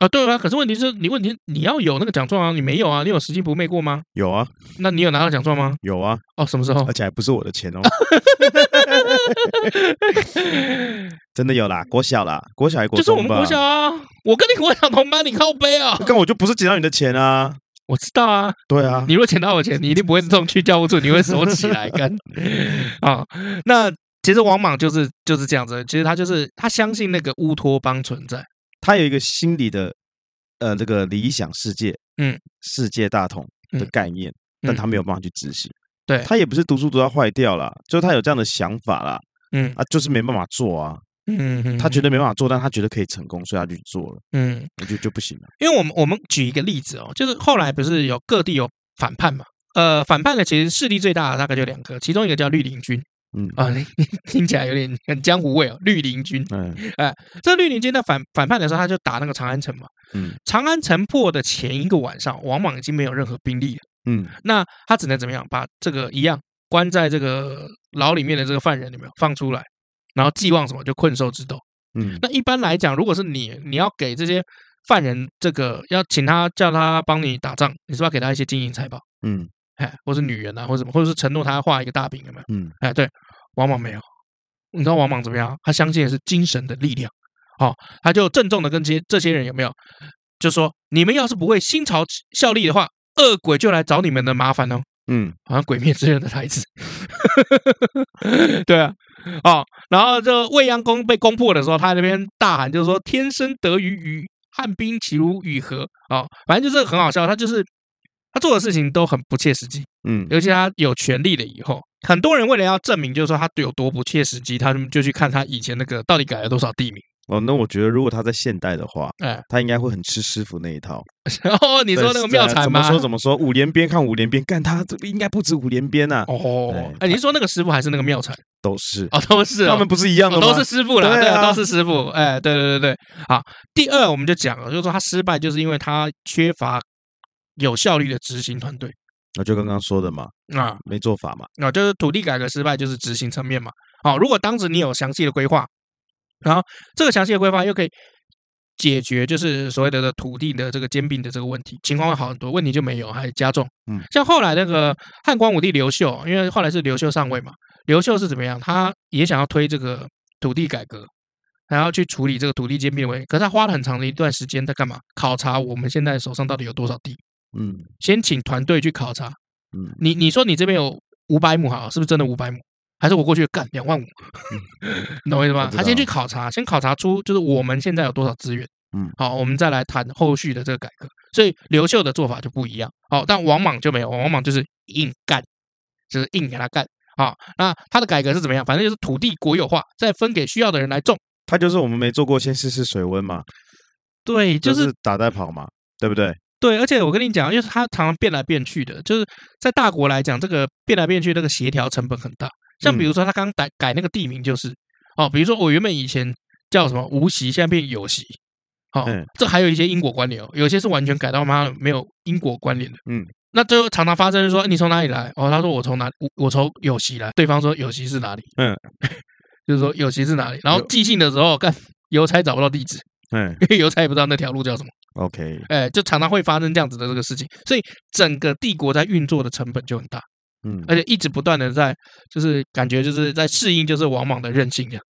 [SPEAKER 1] 啊，对啊，可是问题是你问题你要有那个奖状啊，你没有啊，你有十斤不昧过吗？
[SPEAKER 2] 有啊
[SPEAKER 1] 那你有拿到奖状吗？
[SPEAKER 2] 有啊，
[SPEAKER 1] 哦，什么时候
[SPEAKER 2] 而？且还不是我的钱 哦，真的有啦，国小啦，国小还国
[SPEAKER 1] 就是我们
[SPEAKER 2] 中吧
[SPEAKER 1] 国小，啊，我跟你国小同班，你靠背啊，
[SPEAKER 2] 但我就不是捡到你的钱啊，
[SPEAKER 1] 我知道啊，
[SPEAKER 2] 对啊，
[SPEAKER 1] 你如果捡到我钱，你一定不会送去教务处，你会收起来 跟啊。那其实王莽就是就是这样子，其实他就是他相信那个乌托邦存在，
[SPEAKER 2] 他有一个心理的呃这个理想世界，
[SPEAKER 1] 嗯，
[SPEAKER 2] 世界大同的
[SPEAKER 1] 嗯
[SPEAKER 2] 概念，但
[SPEAKER 1] 嗯
[SPEAKER 2] 他没有办法去执行。
[SPEAKER 1] 对
[SPEAKER 2] 他也不是读书读到坏掉啦，就是他有这样的想法啦，
[SPEAKER 1] 嗯
[SPEAKER 2] 啊，就是没办法做啊，
[SPEAKER 1] 嗯，嗯
[SPEAKER 2] 他觉得没办法做，但他觉得可以成功，所以他去做了，
[SPEAKER 1] 嗯，
[SPEAKER 2] 我觉得就不行了。
[SPEAKER 1] 因为我们我们举一个例子哦，就是后来不是有各地有反叛嘛。呃，反叛的其实势力最大的大概就两个，其中一个叫绿林军
[SPEAKER 2] 嗯
[SPEAKER 1] 啊、你 你听起来有点很江湖味哦。绿林军，
[SPEAKER 2] 嗯
[SPEAKER 1] 这绿林军在反反叛的时候，他就打那个长安城嘛。
[SPEAKER 2] 嗯
[SPEAKER 1] 长安城破的前一个晚上，王莽已经没有任何兵力了。
[SPEAKER 2] 嗯
[SPEAKER 1] 那他只能怎么样？把这个一样关在这个牢里面的这个犯人有没有放出来？然后寄望什么？就困兽之斗。
[SPEAKER 2] 嗯
[SPEAKER 1] 那一般来讲，如果是你，你要给这些犯人这个要请他叫他帮你打仗，你是不是要给他一些金银财宝？
[SPEAKER 2] 嗯
[SPEAKER 1] 哎，或是女人啊，或者什么，或者是承诺他画一个大饼，有没有？
[SPEAKER 2] 嗯，
[SPEAKER 1] 哎，对，王莽没有。你知道王莽怎么样？他相信的是精神的力量。哦，他就郑重的跟这些这些人有没有，就说你们要是不为新朝效力的话，恶鬼就来找你们的麻烦哦。
[SPEAKER 2] 嗯，
[SPEAKER 1] 好像《鬼灭之刃》的台词。 对啊，哦，然后这未央宫被攻破的时候，他在那边大喊，就是说“天生得鱼鱼，汉兵岂如雨何”哦，反正就是很好笑。他就是他做的事情都很不切实际，
[SPEAKER 2] 嗯
[SPEAKER 1] 尤其他有权利了以后，很多人为了要证明，就是说他有多不切实际，他们就去看他以前那个到底改了多少地名。
[SPEAKER 2] 哦，那我觉得如果他在现代的话，
[SPEAKER 1] 哎，
[SPEAKER 2] 他应该会很吃师傅那一套。
[SPEAKER 1] 然后你
[SPEAKER 2] 你
[SPEAKER 1] 说那个妙
[SPEAKER 2] 怎
[SPEAKER 1] 禅
[SPEAKER 2] 么
[SPEAKER 1] 吗？
[SPEAKER 2] 啊说怎么说？五连鞭看五连鞭，干他这应该不止五连鞭啊，
[SPEAKER 1] 哦，哎，你是说那个师傅还是那个妙禅？
[SPEAKER 2] 都是，
[SPEAKER 1] 哦，都是、哦、
[SPEAKER 2] 他们不是一样的
[SPEAKER 1] 哦
[SPEAKER 2] 吗？
[SPEAKER 1] 都是师傅啦，
[SPEAKER 2] 对啊
[SPEAKER 1] 对啊，都是师傅。哎，对对对对，好。第二，我们就讲了，就是说他失败，就是因为他缺乏有效率的执行团队
[SPEAKER 2] 那就刚刚说的嘛，
[SPEAKER 1] 啊
[SPEAKER 2] 没做法嘛。
[SPEAKER 1] 啊，就是土地改革失败，就是执行层面嘛。好，如果当时你有详细的规划，然后这个详细的规划又可以解决就是所谓的土地的这个兼并的这个问题，情况会好很多，问题就没有，还加重。
[SPEAKER 2] 嗯，
[SPEAKER 1] 像后来那个汉光武帝刘秀，因为后来是刘秀上位嘛，刘秀是怎么样？他也想要推这个土地改革，然后去处理这个土地兼并问题，可是他花了很长的一段时间在干嘛？考察我们现在手上到底有多少地，
[SPEAKER 2] 嗯
[SPEAKER 1] 先请团队去考察。
[SPEAKER 2] 嗯，
[SPEAKER 1] 你你说你这边有五百亩好了，是不是真的五百亩？还是我过去干两万五？ 你懂我意思
[SPEAKER 2] 嗯我
[SPEAKER 1] 吗？
[SPEAKER 2] 知
[SPEAKER 1] 他
[SPEAKER 2] 道
[SPEAKER 1] 先去考察，先考察出就是我们现在有多少资源，
[SPEAKER 2] 嗯，
[SPEAKER 1] 好，我们再来谈后续的这个改革。所以刘秀的做法就不一样，好，但王莽就没有，王莽就是硬干，就是硬给他干。好，那他的改革是怎么样？反正就是土地国有化，再分给需要的人来种。
[SPEAKER 2] 他就是我们没做过，先试试水温嘛。
[SPEAKER 1] 对，就
[SPEAKER 2] 就是是打带跑嘛，对不对？
[SPEAKER 1] 对，而且我跟你讲，因为它常常变来变去的，就是在大国来讲，这个变来变去，那个协调成本很大。像
[SPEAKER 2] 嗯
[SPEAKER 1] 比如说，他刚改改那个地名，就是哦，比如说我原本以前叫什么无锡，现在变有锡，好、
[SPEAKER 2] 嗯
[SPEAKER 1] 这还有一些因果关联哦，有些是完全改到妈的没有因果关联的。
[SPEAKER 2] 嗯，
[SPEAKER 1] 那就常常发生说，你从哪里来？哦，他说我从哪，我我从有锡来，对方说有锡是哪里？
[SPEAKER 2] 嗯，
[SPEAKER 1] 就是说有锡是哪里？然后
[SPEAKER 2] 有
[SPEAKER 1] 寄信的时候，干邮差找不到地址，
[SPEAKER 2] 嗯
[SPEAKER 1] 因为邮差也不知道那条路叫什么。
[SPEAKER 2] ，OK，
[SPEAKER 1] 哎，就常常会发生这样子的这个事情，所以整个帝国在运作的成本就很大，
[SPEAKER 2] 嗯，
[SPEAKER 1] 而且一直不断的在，就是感觉就是在适应就是王莽的任性这样。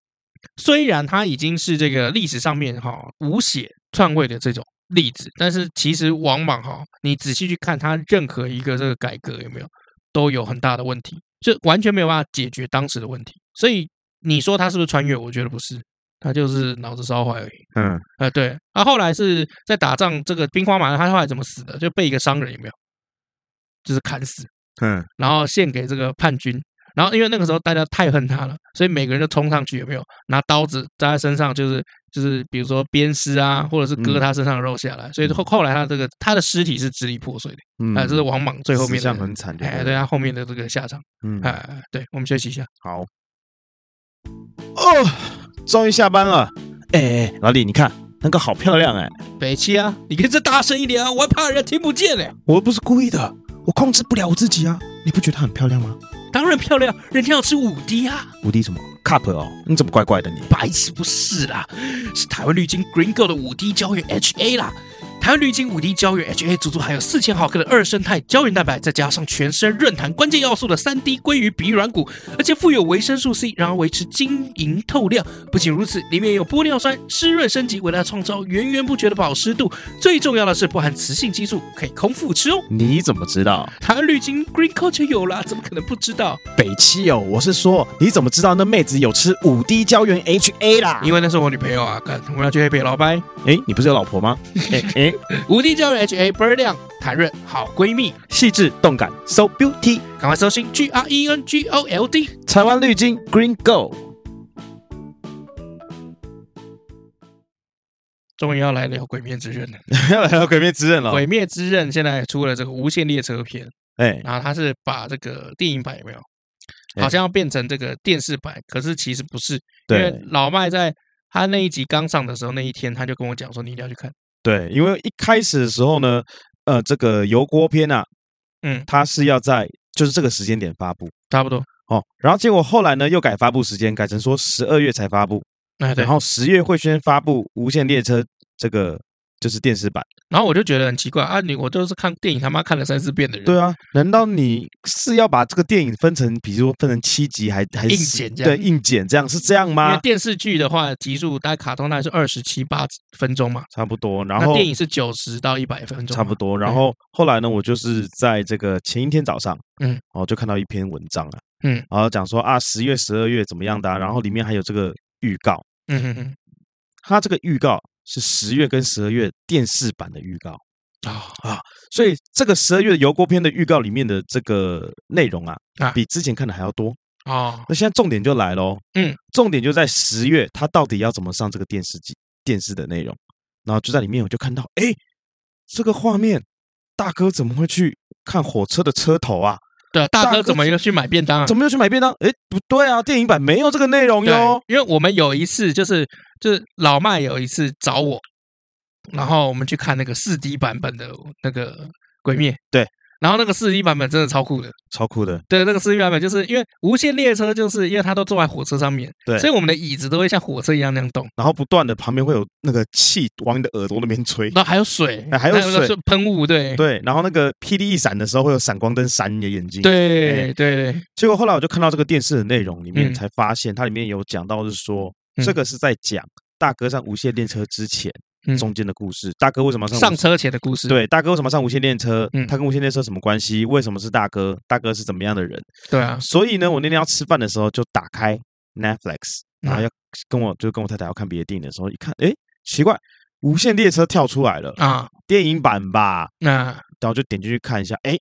[SPEAKER 1] 虽然它已经是这个历史上面哈无血篡位的这种例子，但是其实王莽哈，你仔细去看他任何一个这个改革有没有，都有很大的问题，就完全没有办法解决当时的问题。所以你说他是不是穿越？我觉得不是，他就是脑子烧坏而已。
[SPEAKER 2] 嗯，
[SPEAKER 1] 呃，对，啊，后来是在打仗，这个兵荒马乱，他后来怎么死的？就被一个商人有没有，就是砍死，
[SPEAKER 2] 嗯，
[SPEAKER 1] 然后献给这个叛军。然后因为那个时候大家太恨他了，所以每个人就冲上去有没有拿刀子扎在身上，就是就是比如说鞭尸啊，或者是割
[SPEAKER 2] 嗯
[SPEAKER 1] 他身上的肉下来。所以后后来他这个他的尸体是支离破碎的，
[SPEAKER 2] 嗯，
[SPEAKER 1] 啊、这是王莽最后
[SPEAKER 2] 死
[SPEAKER 1] 面
[SPEAKER 2] 相
[SPEAKER 1] 的。
[SPEAKER 2] 很惨，就
[SPEAKER 1] 哎，
[SPEAKER 2] 了
[SPEAKER 1] 对，他后面的这个下场，
[SPEAKER 2] 嗯，
[SPEAKER 1] 哎、哎对我们休息一下。
[SPEAKER 2] 好，哦，终于下班了，哎哎，哎老李，你看那个好漂亮哎，
[SPEAKER 1] 北七啊，你可以再大声一点啊，我还怕人家听不见嘞、
[SPEAKER 2] 我又不是故意的，我控制不了我自己啊，你不觉得很漂亮吗？
[SPEAKER 1] 当然漂亮，人家要吃五滴啊。
[SPEAKER 2] 五 D 什么 cup 哦，你怎么怪怪的你？
[SPEAKER 1] 白痴不是啦，是台湾绿金 Green Gold 的五 D 胶原 HA 啦。台湾绿金五 D 胶原 HA 足足含有四千毫克的二生态胶原蛋白，再加上全身润弹关键要素的三 D 鲑鱼鼻软骨，而且富有维生素 C，然后维持晶莹透亮。不仅如此，里面有玻尿酸湿润升级，为它创造源源不绝的保湿度。最重要的是不含雌性激素，可以空腹吃哦。
[SPEAKER 2] 你怎么知道？
[SPEAKER 1] 台湾绿金 Green Gold 就有啦，怎么可能不知道？
[SPEAKER 2] 北七哦，我是说，你怎么知道那妹子有吃五 D 胶原 HA 啦？
[SPEAKER 1] 因为那是我女朋友啊，干，我们要去黑北老白。
[SPEAKER 2] 哎，你不是有老婆吗？ 哎哎，
[SPEAKER 1] 无敌胶原 HA 倍儿亮，弹润好闺蜜，
[SPEAKER 2] 细致动感，so beauty，
[SPEAKER 1] 赶快搜寻 G R E N G O L D。
[SPEAKER 2] 台湾绿金 Green Go。
[SPEAKER 1] 终于要来聊《鬼灭之刃》了，
[SPEAKER 2] 要来到《鬼灭之刃》
[SPEAKER 1] 《
[SPEAKER 2] 了。
[SPEAKER 1] 鬼灭之刃》现在也出了这个无限列车篇，
[SPEAKER 2] 哎，
[SPEAKER 1] 然后它是把这个电影版有没有，
[SPEAKER 2] 哎
[SPEAKER 1] 好像要变成这个电视版，可是其实不是，因为
[SPEAKER 2] 对
[SPEAKER 1] 老麦在他那一集刚上的时候那一天，他就跟我讲说你一定要去看，
[SPEAKER 2] 对，因为一开始的时候呢，呃，这个油锅篇啊，
[SPEAKER 1] 嗯，
[SPEAKER 2] 它是要在就是这个时间点发布
[SPEAKER 1] 差不多，
[SPEAKER 2] 哦，然后结果后来呢又改发布时间，改成说十二月才发布，
[SPEAKER 1] 哎对
[SPEAKER 2] 然，后十月会先发布《无限列车》这个就是电视版。
[SPEAKER 1] 然后我就觉得很奇怪啊，你我就是看电影他妈看了三四遍的人，
[SPEAKER 2] 对啊，难道你是要把这个电影分成，比如说分成七集还还是
[SPEAKER 1] 硬剪这样
[SPEAKER 2] 对，硬剪这样是这样
[SPEAKER 1] 因为
[SPEAKER 2] 吗？
[SPEAKER 1] 电视剧的话集数大概卡通大概是二十七八分钟嘛，
[SPEAKER 2] 差不多，然
[SPEAKER 1] 那
[SPEAKER 2] 后
[SPEAKER 1] 电影是九十到一百分钟，
[SPEAKER 2] 差不。多。然
[SPEAKER 1] 对
[SPEAKER 2] 后后来呢，我就是在这个前一天早上，
[SPEAKER 1] 嗯，
[SPEAKER 2] 哦，就看到一篇文章啊，
[SPEAKER 1] 嗯，
[SPEAKER 2] 然后讲说啊，十月、十二月怎么样的啊、然后里面还有这个预告，
[SPEAKER 1] 嗯哼哼，
[SPEAKER 2] 它这个预告是十月跟十二月电视版的预告，
[SPEAKER 1] 啊、
[SPEAKER 2] 所以这个十二月油锅篇的预告里面的这个内容啊
[SPEAKER 1] 啊，
[SPEAKER 2] 比之前看的还要多。
[SPEAKER 1] 哦，
[SPEAKER 2] 那现在重点就来喽，
[SPEAKER 1] 嗯，
[SPEAKER 2] 重点就在十月，它到底要怎么上这个电视剧电视的内容？然后就在里面我就看到，哎，这个画面，大哥怎么会去看火车的车头啊？
[SPEAKER 1] 对，大
[SPEAKER 2] 大
[SPEAKER 1] 哥
[SPEAKER 2] 哥
[SPEAKER 1] 怎么又去买便当啊？
[SPEAKER 2] 怎么又去买便当？哎，不对啊，电影版没有这个内容
[SPEAKER 1] 对
[SPEAKER 2] 哟。，
[SPEAKER 1] 因为我们有一次就是就是老麦有一次找我，然后我们去看那个四 D 版本的那个《鬼灭》，
[SPEAKER 2] 对，
[SPEAKER 1] 然后那个四 D 版本真的超酷的，
[SPEAKER 2] 超酷的，
[SPEAKER 1] 对，那个四 D 版本就是因为无限列车，就是因为它都坐在火车上面，
[SPEAKER 2] 对
[SPEAKER 1] 所以我们的椅子都会像火车一样那样动，
[SPEAKER 2] 然后不断的旁边会有那个气往你的耳朵那边吹，
[SPEAKER 1] 然后还有水，
[SPEAKER 2] 哎还有
[SPEAKER 1] 那个
[SPEAKER 2] 水
[SPEAKER 1] 是喷雾，对，
[SPEAKER 2] 对，然后那个霹雳一闪的时候会有闪光灯闪你的眼睛。，哎
[SPEAKER 1] 对对对，
[SPEAKER 2] 结果后来我就看到这个电视的内容里面，
[SPEAKER 1] 嗯
[SPEAKER 2] 才发现它里面有讲到是说，
[SPEAKER 1] 嗯
[SPEAKER 2] 这个是在讲大哥上无线电车之前
[SPEAKER 1] 嗯
[SPEAKER 2] 中间的故事，大哥为什么要上
[SPEAKER 1] 上
[SPEAKER 2] 无
[SPEAKER 1] 车前的故事，
[SPEAKER 2] 对，大哥为什么要上无线电车
[SPEAKER 1] 嗯？
[SPEAKER 2] 他跟无线电车什么关系？为什么是大哥？大哥是怎么样的人？
[SPEAKER 1] 对啊，
[SPEAKER 2] 所以呢，我那天要吃饭的时候就打开 Netflix，然后
[SPEAKER 1] 嗯
[SPEAKER 2] 要跟我就跟我太太要看别的电影的时候，一看，哎，奇怪，《无限列车》跳出来了，
[SPEAKER 1] 啊，
[SPEAKER 2] 电影版吧，
[SPEAKER 1] 那
[SPEAKER 2] 然后就点进去看一下，哎，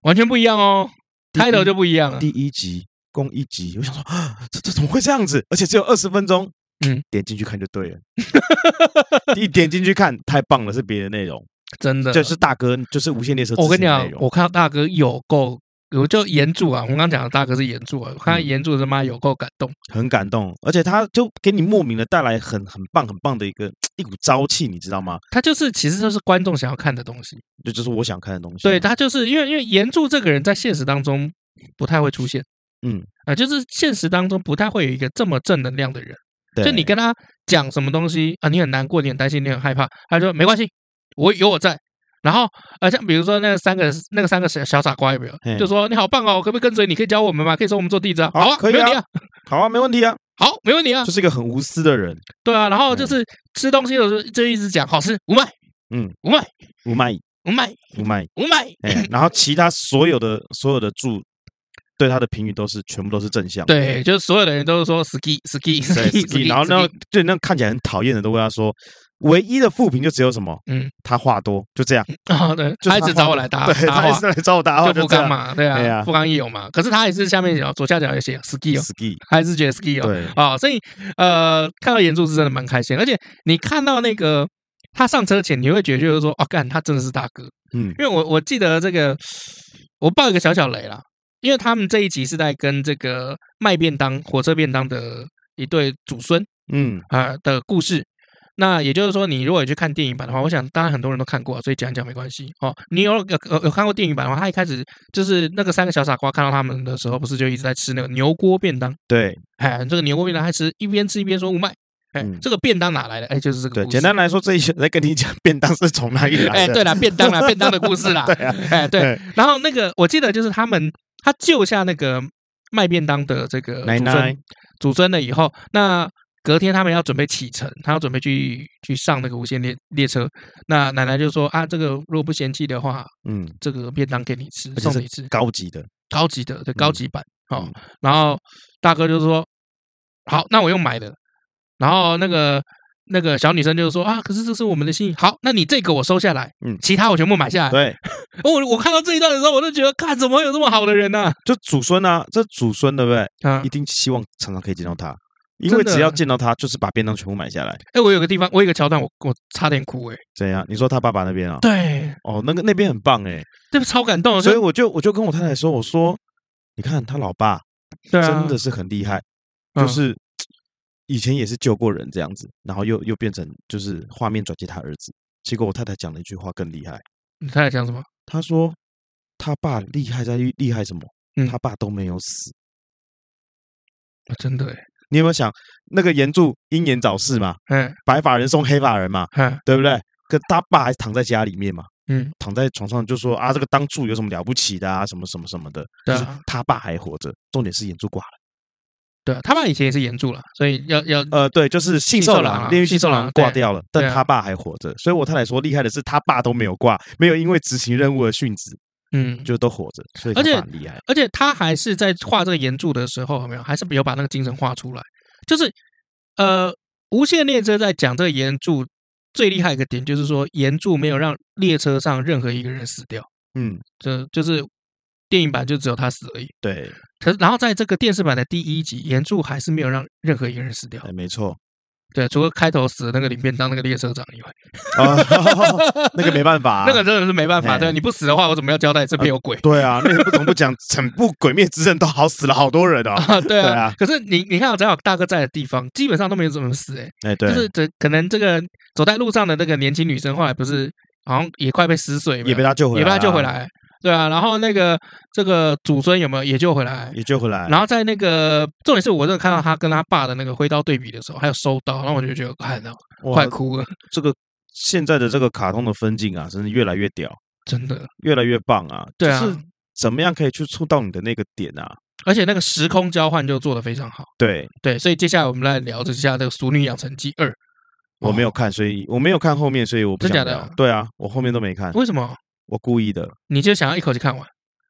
[SPEAKER 1] 完全不一样哦，
[SPEAKER 2] 第一
[SPEAKER 1] 开头
[SPEAKER 2] 嗯
[SPEAKER 1] 就不一样了
[SPEAKER 2] 第。一集。共一集，我想说，啊这这怎么会这样子？而且只有二十分钟，
[SPEAKER 1] 嗯，
[SPEAKER 2] 点进去看就对了。一点进去看，太棒了，是别的 内容，
[SPEAKER 1] 真的，
[SPEAKER 2] 就是大哥，就是无线列车之
[SPEAKER 1] 啊我跟
[SPEAKER 2] 前
[SPEAKER 1] 你
[SPEAKER 2] 的
[SPEAKER 1] 讲
[SPEAKER 2] 内，容。
[SPEAKER 1] 我看到大哥有够，我就岩柱啊，我刚刚讲的大哥是岩柱啊，我看到
[SPEAKER 2] 嗯
[SPEAKER 1] 岩柱他妈有够感动，
[SPEAKER 2] 很感动，而且他就给你莫名的带来很很棒很棒的一个一股朝气，你知道吗？
[SPEAKER 1] 他就是其实就是观众想要看的东西，
[SPEAKER 2] 这就是我想看的东西。
[SPEAKER 1] 对他就是因为因为岩柱这个人在现实当中不太会出现，
[SPEAKER 2] 嗯
[SPEAKER 1] 啊，就是现实当中不太会有一个这么正能量的人，
[SPEAKER 2] 对，
[SPEAKER 1] 就你跟他讲什么东西啊，你很难过，你很担心，你很害怕，他就说没关系，我有我在。然后，呃，像比如说那三个那个三个小小傻瓜有没
[SPEAKER 2] 嘿
[SPEAKER 1] 有？就说你好棒哦，可不可以跟随你？可以教我们吗？可以收我们做弟子啊？
[SPEAKER 2] 好
[SPEAKER 1] 好啊，
[SPEAKER 2] 可以
[SPEAKER 1] 没问题
[SPEAKER 2] 啊
[SPEAKER 1] 啊，
[SPEAKER 2] 好啊，没问题啊，
[SPEAKER 1] 好，没问题啊
[SPEAKER 2] 就。嗯是一个很无私的人。
[SPEAKER 1] 对啊，然后就是吃东西的时候就一直讲好吃，五麦，
[SPEAKER 2] 嗯，
[SPEAKER 1] 五麦，
[SPEAKER 2] 五麦
[SPEAKER 1] 五麦，
[SPEAKER 2] 五麦，
[SPEAKER 1] 五麦，
[SPEAKER 2] 哎，然后其他所有的所有的注对他的评语都是全部都是正向的。
[SPEAKER 1] 对，就是所有的人都是说 ski ski
[SPEAKER 2] 对
[SPEAKER 1] ski ski，
[SPEAKER 2] 然后那
[SPEAKER 1] ski
[SPEAKER 2] 对那看起来很讨厌的都跟他说，唯一的负评就只有什么，
[SPEAKER 1] 嗯，
[SPEAKER 2] 他话多，就这样，
[SPEAKER 1] 啊，对，
[SPEAKER 2] 就是
[SPEAKER 1] 他一直
[SPEAKER 2] 话
[SPEAKER 1] 找我
[SPEAKER 2] 多
[SPEAKER 1] 来搭
[SPEAKER 2] 对，
[SPEAKER 1] 搭
[SPEAKER 2] 他一
[SPEAKER 1] 话
[SPEAKER 2] 直，来找我搭话，
[SPEAKER 1] 就
[SPEAKER 2] 就
[SPEAKER 1] 富
[SPEAKER 2] 这
[SPEAKER 1] 冈
[SPEAKER 2] 样。
[SPEAKER 1] 嘛，对
[SPEAKER 2] 哎
[SPEAKER 1] 啊，
[SPEAKER 2] 呀
[SPEAKER 1] 富冈也有嘛，可是他也是下面有左下角有写 ski 哦，
[SPEAKER 2] ski，
[SPEAKER 1] 还是觉得 ski 哦，
[SPEAKER 2] 对，
[SPEAKER 1] 啊，所以呃，看到岩柱是真的蛮开心，而且你看到那个。他上车前，你会觉得就是说，哦，干，他真的是大哥，
[SPEAKER 2] 嗯
[SPEAKER 1] 因为我我记得这个，我爆一个小小雷啦，因为他们这一集是在跟这个卖便当、火车便当的一对祖孙
[SPEAKER 2] 嗯，
[SPEAKER 1] 啊、呃的故事。那也就是说，你如果有去看电影版的话，我想当然很多人都看过，啊所以讲一讲没关系哦。你有有有有看过电影版的话，他一开始就是那个三个小傻瓜看到他们的时候，不是就一直在吃那个牛锅便当？
[SPEAKER 2] 对
[SPEAKER 1] 哎，这个牛锅便当还吃一边吃一边说雾霾，哎
[SPEAKER 2] 嗯，
[SPEAKER 1] 这个便当哪来的？哎，就是这个
[SPEAKER 2] 对，
[SPEAKER 1] 故事
[SPEAKER 2] 简单来说，这一些在跟你讲便当是从哪里来
[SPEAKER 1] 哎，
[SPEAKER 2] 的。
[SPEAKER 1] 对啦，便当啦，便当的故事啦，
[SPEAKER 2] 对啊，
[SPEAKER 1] 哎，对，然后那个我记得就是他们他救下那个卖便当的这个
[SPEAKER 2] 奶
[SPEAKER 1] 祖
[SPEAKER 2] 奶
[SPEAKER 1] 孙，祖孙了以后，那隔天他们要准备启程，他要准备去去上那个无线列列车。那奶奶就说啊，这个如果不嫌弃的话，
[SPEAKER 2] 嗯，
[SPEAKER 1] 这个便当给你吃，
[SPEAKER 2] 而且
[SPEAKER 1] 送
[SPEAKER 2] 是
[SPEAKER 1] 你吃，
[SPEAKER 2] 高级的，
[SPEAKER 1] 高级的，对，高级版。好、
[SPEAKER 2] 嗯
[SPEAKER 1] 然后大哥就说好，那我用买的。然后那个那个小女生就说啊，可是这是我们的心意。好，那你这个我收下来，
[SPEAKER 2] 嗯
[SPEAKER 1] 其他我全部买下来。
[SPEAKER 2] 对，
[SPEAKER 1] 哦我我看到这一段的时候，我就觉得，看怎么会有这么好的人呢、
[SPEAKER 2] 就祖孙啊，这祖孙对不对？
[SPEAKER 1] 啊？啊
[SPEAKER 2] 一，定希望常常可以见到他，因
[SPEAKER 1] 真
[SPEAKER 2] 为
[SPEAKER 1] 的
[SPEAKER 2] 只要见到他，就是把便当全部买下来。
[SPEAKER 1] 哎，我有个地方，我有个桥段，我我差点哭哎、
[SPEAKER 2] 怎样？你说他爸爸那边啊？
[SPEAKER 1] 对，哦
[SPEAKER 2] 哦，那个那边很棒哎，
[SPEAKER 1] 对，超感动的，
[SPEAKER 2] 所以
[SPEAKER 1] 就
[SPEAKER 2] 我就我就跟我太太说，我说你看他老爸
[SPEAKER 1] 对啊，
[SPEAKER 2] 真的是很厉害，
[SPEAKER 1] 嗯
[SPEAKER 2] 就是以前也是救过人这样子，然后又又变成就是画面转接他儿子。结果我太太讲了一句话更厉害，
[SPEAKER 1] 你他在讲什么？
[SPEAKER 2] 她说他爸厉害在于厉害什么
[SPEAKER 1] 嗯？
[SPEAKER 2] 他爸都没有死。
[SPEAKER 1] 啊真的
[SPEAKER 2] 你有没有想那个岩柱英年早逝嘛？
[SPEAKER 1] 哎，哎
[SPEAKER 2] 白发人送黑发人嘛，
[SPEAKER 1] 哎，
[SPEAKER 2] 对不对？可他爸还躺在家里面嘛，
[SPEAKER 1] 嗯，
[SPEAKER 2] 躺在床上就说啊，这个当柱有什么了不起的啊，什么什么什么的。
[SPEAKER 1] 对啊
[SPEAKER 2] 就是他爸还活着，重点是岩柱挂了。
[SPEAKER 1] 对啊，他爸以前也是岩柱了，所以要要
[SPEAKER 2] 呃，对，就是信
[SPEAKER 1] 寿
[SPEAKER 2] 寿
[SPEAKER 1] 郎啊
[SPEAKER 2] 郎，炼狱信寿郎
[SPEAKER 1] 信寿郎
[SPEAKER 2] 挂
[SPEAKER 1] 对
[SPEAKER 2] 掉了，
[SPEAKER 1] 对
[SPEAKER 2] 但
[SPEAKER 1] 啊
[SPEAKER 2] 他爸还活着，所以我太太说厉害的是他爸都没有挂，没有因为执行任务而殉职，
[SPEAKER 1] 嗯。
[SPEAKER 2] 就都活着，所以
[SPEAKER 1] 而
[SPEAKER 2] 他
[SPEAKER 1] 且
[SPEAKER 2] 爸很厉害。
[SPEAKER 1] 而且他还是在画这个岩柱的时候，有没有？还是有把那个精神画出来。就是，呃，无限列车在讲这个岩柱最厉害一个点，就是说岩柱没有让列车上任何一个人死掉，
[SPEAKER 2] 嗯，
[SPEAKER 1] 这就是电影版就只有他死而已。
[SPEAKER 2] 对，哎
[SPEAKER 1] 可是，然后在这个电视版的第一集，岩柱还是没有让任何一个人死掉
[SPEAKER 2] 哎，，没错
[SPEAKER 1] 对，除了开头死的那个领便当那个列车长以外，
[SPEAKER 2] 啊， 那个没办法啊，
[SPEAKER 1] 那个真的是没办法，
[SPEAKER 2] 哎
[SPEAKER 1] 对，你不死的话，我怎么要交代这边有鬼
[SPEAKER 2] 对啊，那个不怎么不讲，整部《鬼灭之刃》都好死了好 多人哦。
[SPEAKER 1] 啊？对
[SPEAKER 2] 对
[SPEAKER 1] 啊
[SPEAKER 2] 啊，
[SPEAKER 1] 可是你你看，只要有大哥在的地方，基本上都没有怎么死，哎，
[SPEAKER 2] 哎，对，
[SPEAKER 1] 就是这可能这个走在路上的那个年轻女生，后来不是好像也快被撕碎，有没
[SPEAKER 2] 也
[SPEAKER 1] 有
[SPEAKER 2] 被他救回来，
[SPEAKER 1] 也被他救回，来，对啊，然后那个这个祖孙有没有也救回来？
[SPEAKER 2] 也救回来。
[SPEAKER 1] 然后在那个重点是我真的看到他跟他爸的那个挥刀对比的时候，还有收刀，然后我就觉得看到
[SPEAKER 2] 哇
[SPEAKER 1] 快哭了，
[SPEAKER 2] 这个现在的这个卡通的分镜啊，真的越来越屌，
[SPEAKER 1] 真的。
[SPEAKER 2] 越来越棒啊！
[SPEAKER 1] 对啊
[SPEAKER 2] 就是怎么样可以去触到你的那个点啊？
[SPEAKER 1] 而且那个时空交换就做得非常好，
[SPEAKER 2] 对
[SPEAKER 1] 对，所以接下来我们来聊一下这个《熟女养成记二》。
[SPEAKER 2] 我没有看，所以我没有看后面，所以我不
[SPEAKER 1] 哦真
[SPEAKER 2] 想
[SPEAKER 1] 假的
[SPEAKER 2] 聊。对啊，我后面都没看，
[SPEAKER 1] 为什么？
[SPEAKER 2] 我故意的。
[SPEAKER 1] 你就想要一口气看完？哦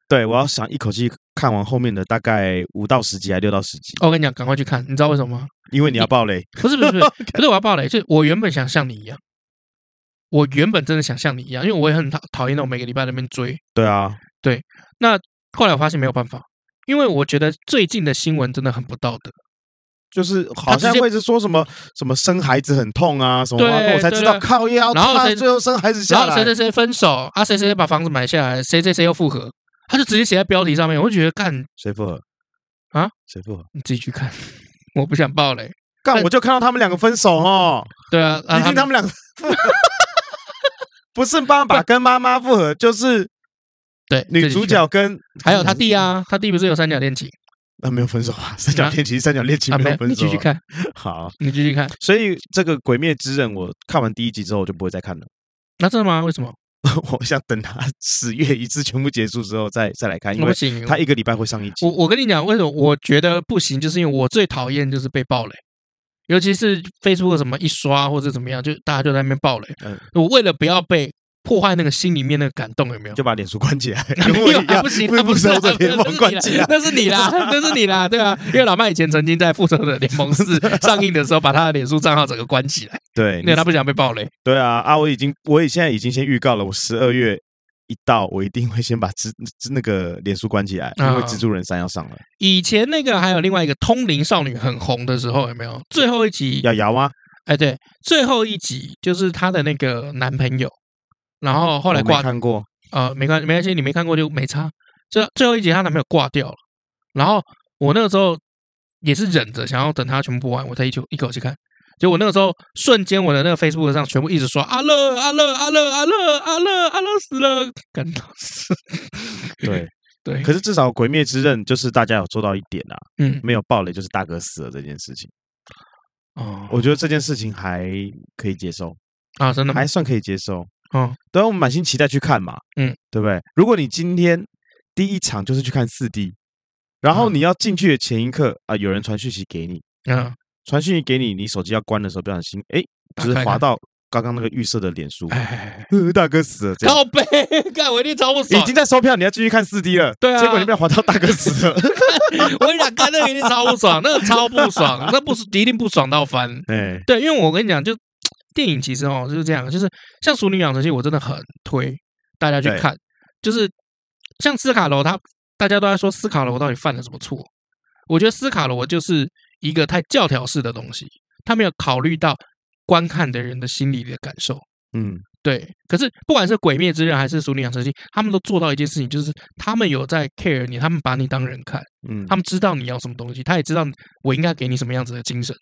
[SPEAKER 2] 对，我要想一口气看完后面的大概五到十集，还六到十集，
[SPEAKER 1] 哦我跟你讲，赶快去看，你知道为什么吗？
[SPEAKER 2] 因为你要爆雷。
[SPEAKER 1] 不是不 是不是不是我要爆雷，就是我原本想像你一样，我原本真的想像你一样，因为我也很讨讨厌那种每个礼拜在那边追。
[SPEAKER 2] 对啊，
[SPEAKER 1] 后来我发现没有办法，因为我觉得最近的新闻真的很不道德。
[SPEAKER 2] 就是好
[SPEAKER 1] 直
[SPEAKER 2] 像
[SPEAKER 1] 接
[SPEAKER 2] 会是说什么什么生孩子很痛啊什么啊，
[SPEAKER 1] 对
[SPEAKER 2] 那我才知
[SPEAKER 1] 对
[SPEAKER 2] 道
[SPEAKER 1] 对
[SPEAKER 2] 靠腰，
[SPEAKER 1] 然后
[SPEAKER 2] 他
[SPEAKER 1] 谁
[SPEAKER 2] 最后生孩子
[SPEAKER 1] 然
[SPEAKER 2] 下
[SPEAKER 1] 后谁
[SPEAKER 2] 来
[SPEAKER 1] 谁，谁分手啊，谁谁谁把房子买下来，谁谁谁又复合，他就直接写在标题上面，我就觉得干
[SPEAKER 2] 谁复合
[SPEAKER 1] 啊？
[SPEAKER 2] 谁复合？
[SPEAKER 1] 你自己去看， 我不想爆雷。
[SPEAKER 2] 干，
[SPEAKER 1] 但
[SPEAKER 2] 我就看到他们两个分手哦，
[SPEAKER 1] 对啊，啊
[SPEAKER 2] 毕竟他们两个复合， 不是爸爸跟妈妈复合，就是
[SPEAKER 1] 对
[SPEAKER 2] 女主，角跟
[SPEAKER 1] 还有他弟啊，他弟不是有三角恋情
[SPEAKER 2] 啊没有分手啊，三角恋情，三角恋情
[SPEAKER 1] 啊？
[SPEAKER 2] 没
[SPEAKER 1] 没
[SPEAKER 2] 有
[SPEAKER 1] 有，
[SPEAKER 2] 分手
[SPEAKER 1] 你
[SPEAKER 2] 啊。
[SPEAKER 1] 继续看，
[SPEAKER 2] 好，
[SPEAKER 1] 你继续看。
[SPEAKER 2] 所以这个《鬼灭之刃》，我看完第一集之后我就不会再看了。
[SPEAKER 1] 那、真的吗？为什么？
[SPEAKER 2] 我想等它十月一次全部结束之后再再来看，因
[SPEAKER 1] 我
[SPEAKER 2] 为
[SPEAKER 1] 不行，
[SPEAKER 2] 它一个礼拜会上一集
[SPEAKER 1] 我。我跟你讲，为什么我觉得不行，就是因为我最讨厌就是被爆雷，尤其是 Facebook 什么一刷或者怎么样，就大家就在那边爆雷。
[SPEAKER 2] 嗯
[SPEAKER 1] 我为了不要被破坏那个心里面那个感动，有没有？
[SPEAKER 2] 就把脸书关起来，
[SPEAKER 1] 没
[SPEAKER 2] 跟我
[SPEAKER 1] 有
[SPEAKER 2] 一
[SPEAKER 1] 啊，
[SPEAKER 2] 样，
[SPEAKER 1] 不行，
[SPEAKER 2] 不
[SPEAKER 1] 那不是
[SPEAKER 2] 是
[SPEAKER 1] 啊
[SPEAKER 2] 我的联盟关啊
[SPEAKER 1] 那是
[SPEAKER 2] 起
[SPEAKER 1] 你啦
[SPEAKER 2] 来。
[SPEAKER 1] 那是你啦，那是你啦，对啊，因为老麦以前曾经在《复仇者联盟 四》上映的时候，把他的脸书账号整个关起来，
[SPEAKER 2] 对，
[SPEAKER 1] 因为他不想被爆雷。
[SPEAKER 2] 对啊啊！我已经，我也现在已经先预告了，我十二月一到，我一定会先把蜘那个脸书关起来，因为
[SPEAKER 1] 啊
[SPEAKER 2] 蜘蛛人三要上了，
[SPEAKER 1] 以前那个还有另外一个《通灵少女》很红的时候，有没有？最后一集
[SPEAKER 2] 要摇吗？
[SPEAKER 1] 哎，对，最后一集就是她的那个男朋友，然后后来
[SPEAKER 2] 我哦没
[SPEAKER 1] 挂
[SPEAKER 2] 看过，
[SPEAKER 1] 呃，没关没关系，你没看过就没差。这最后一集她男朋友挂掉了，然后我那个时候也是忍着，想要等她全部播完，我再一口一口气看。结果那个时候瞬间，我的那个 Facebook 上全部一直说阿乐阿乐阿乐阿乐阿乐阿乐死了，干到死。
[SPEAKER 2] 对。
[SPEAKER 1] 对，
[SPEAKER 2] 可是至少《鬼灭之刃》就是大家有做到一点啊，
[SPEAKER 1] 嗯
[SPEAKER 2] 没有暴雷，就是大哥死了这件事情，
[SPEAKER 1] 哦
[SPEAKER 2] 我觉得这件事情还可以接受，
[SPEAKER 1] 啊，真的吗
[SPEAKER 2] 还？算可以接受。
[SPEAKER 1] 哦，
[SPEAKER 2] 对啊，我们满心期待去看嘛，
[SPEAKER 1] 嗯，
[SPEAKER 2] 对不对？如果你今天第一场就是去看四 D，然后
[SPEAKER 1] 嗯
[SPEAKER 2] 你要进去的前一刻啊、有人传讯息给你，
[SPEAKER 1] 嗯，
[SPEAKER 2] 传讯息给你，你手机要关的时候不小心，哎，
[SPEAKER 1] 打
[SPEAKER 2] 就是
[SPEAKER 1] 开
[SPEAKER 2] 滑
[SPEAKER 1] 看
[SPEAKER 2] 到刚刚那个预设的脸书，
[SPEAKER 1] 哎哎，哎
[SPEAKER 2] 呃大哥死了，这样
[SPEAKER 1] 靠背， 干我一定找我
[SPEAKER 2] 已
[SPEAKER 1] 爽
[SPEAKER 2] 经。在收票，你要继续看四 D 了，
[SPEAKER 1] 对啊
[SPEAKER 2] 结果你被滑到大哥死 了，
[SPEAKER 1] 我跟你讲，看那个一定超不爽，那个超不爽，那不是一定不爽到翻。
[SPEAKER 2] 哎，
[SPEAKER 1] 对，因为我跟你讲，就电影其实哦就是这样，就是像《熟女养成记》，我真的很推大家去
[SPEAKER 2] 对
[SPEAKER 1] 看。就是像斯卡罗他，大家都在说斯卡罗到底犯了什么错？我觉得斯卡罗就是一个太教条式的东西，他没有考虑到观看的人的心理的感受。
[SPEAKER 2] 嗯，
[SPEAKER 1] 对，可是不管是《鬼灭之刃》还是《熟女养成记》，他们都做到一件事情，就是他们有在 care 你，他们把你当人看。
[SPEAKER 2] 嗯，
[SPEAKER 1] 他们知道你要什么东西，他也知道我应该给你什么样子的精神。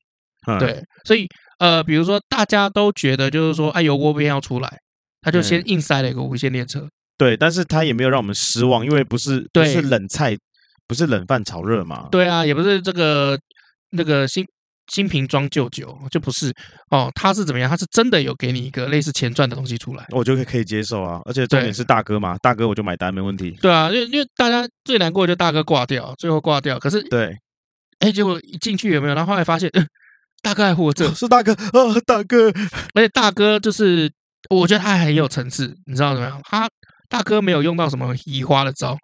[SPEAKER 2] 嗯，
[SPEAKER 1] 对，所以呃，比如说大家都觉得就是说，哎，油锅边要出来，他就先
[SPEAKER 2] 嗯
[SPEAKER 1] 硬塞了一个无线列车。
[SPEAKER 2] 对，但是他也没有让我们失望，因为不是不
[SPEAKER 1] 对
[SPEAKER 2] 是冷菜，不是冷饭炒热嘛，
[SPEAKER 1] 对啊，也不是这个那个新新瓶装旧酒，就不是哦，他是怎么样？他是真的有给你一个类似前传的东西出来。
[SPEAKER 2] 我就可以可以接受啊，而且重点
[SPEAKER 1] 对
[SPEAKER 2] 是大哥嘛，大哥我就买单没问题，
[SPEAKER 1] 对啊，因为因为大家最难过的就大哥挂掉，最后挂掉。可是
[SPEAKER 2] 对，
[SPEAKER 1] 哎，结果一进去有没有？然后后来发现，呃大哥还活着，
[SPEAKER 2] 是大哥啊，大哥，
[SPEAKER 1] 而且大哥就是，我觉得他还很有层次，你知道怎么样？他大哥没有用到什么移花的招，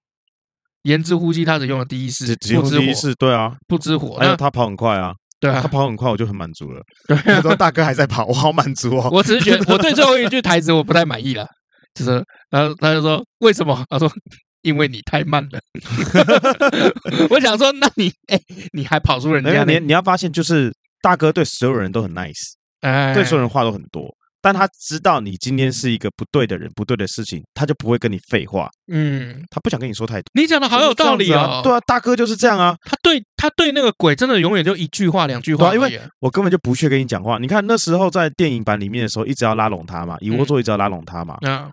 [SPEAKER 1] 言之呼吸，他只用了第一式
[SPEAKER 2] 只，只用
[SPEAKER 1] 不知
[SPEAKER 2] 第一
[SPEAKER 1] 火，
[SPEAKER 2] 次，对啊，
[SPEAKER 1] 不知火。
[SPEAKER 2] 还有
[SPEAKER 1] 那
[SPEAKER 2] 他跑很快啊，
[SPEAKER 1] 对
[SPEAKER 2] 他
[SPEAKER 1] 啊，
[SPEAKER 2] 跑很快我就很满足了，
[SPEAKER 1] 对
[SPEAKER 2] 然
[SPEAKER 1] 啊，
[SPEAKER 2] 后大哥还在跑，我好满足哦，
[SPEAKER 1] 我只是觉得我对最后一句台词我不太满意了，就是，然后他就说为什么？他说。因为你太慢了， 我想说，那你哎、你还跑出人
[SPEAKER 2] 没
[SPEAKER 1] 家
[SPEAKER 2] 有你
[SPEAKER 1] 那，
[SPEAKER 2] 你要发现就是大哥对所有人都很 nice，
[SPEAKER 1] 哎，
[SPEAKER 2] 对所有人话都很多，但他知道你今天是一个不对的人、不对的事情，他就不会跟你废话，
[SPEAKER 1] 嗯，
[SPEAKER 2] 他不想跟你说太多。
[SPEAKER 1] 你讲的好有道理
[SPEAKER 2] 就是这样
[SPEAKER 1] 哦
[SPEAKER 2] 子啊！。对啊，大哥就是这样啊，
[SPEAKER 1] 他对他对那个鬼真的永远就一句话两句话
[SPEAKER 2] 对啊
[SPEAKER 1] 而已，
[SPEAKER 2] 因为我根本就不屑跟你讲话。你看那时候在电影版里面的时候，一直要拉拢他嘛，以
[SPEAKER 1] 嗯
[SPEAKER 2] 窝座一直要拉拢他嘛。
[SPEAKER 1] 啊，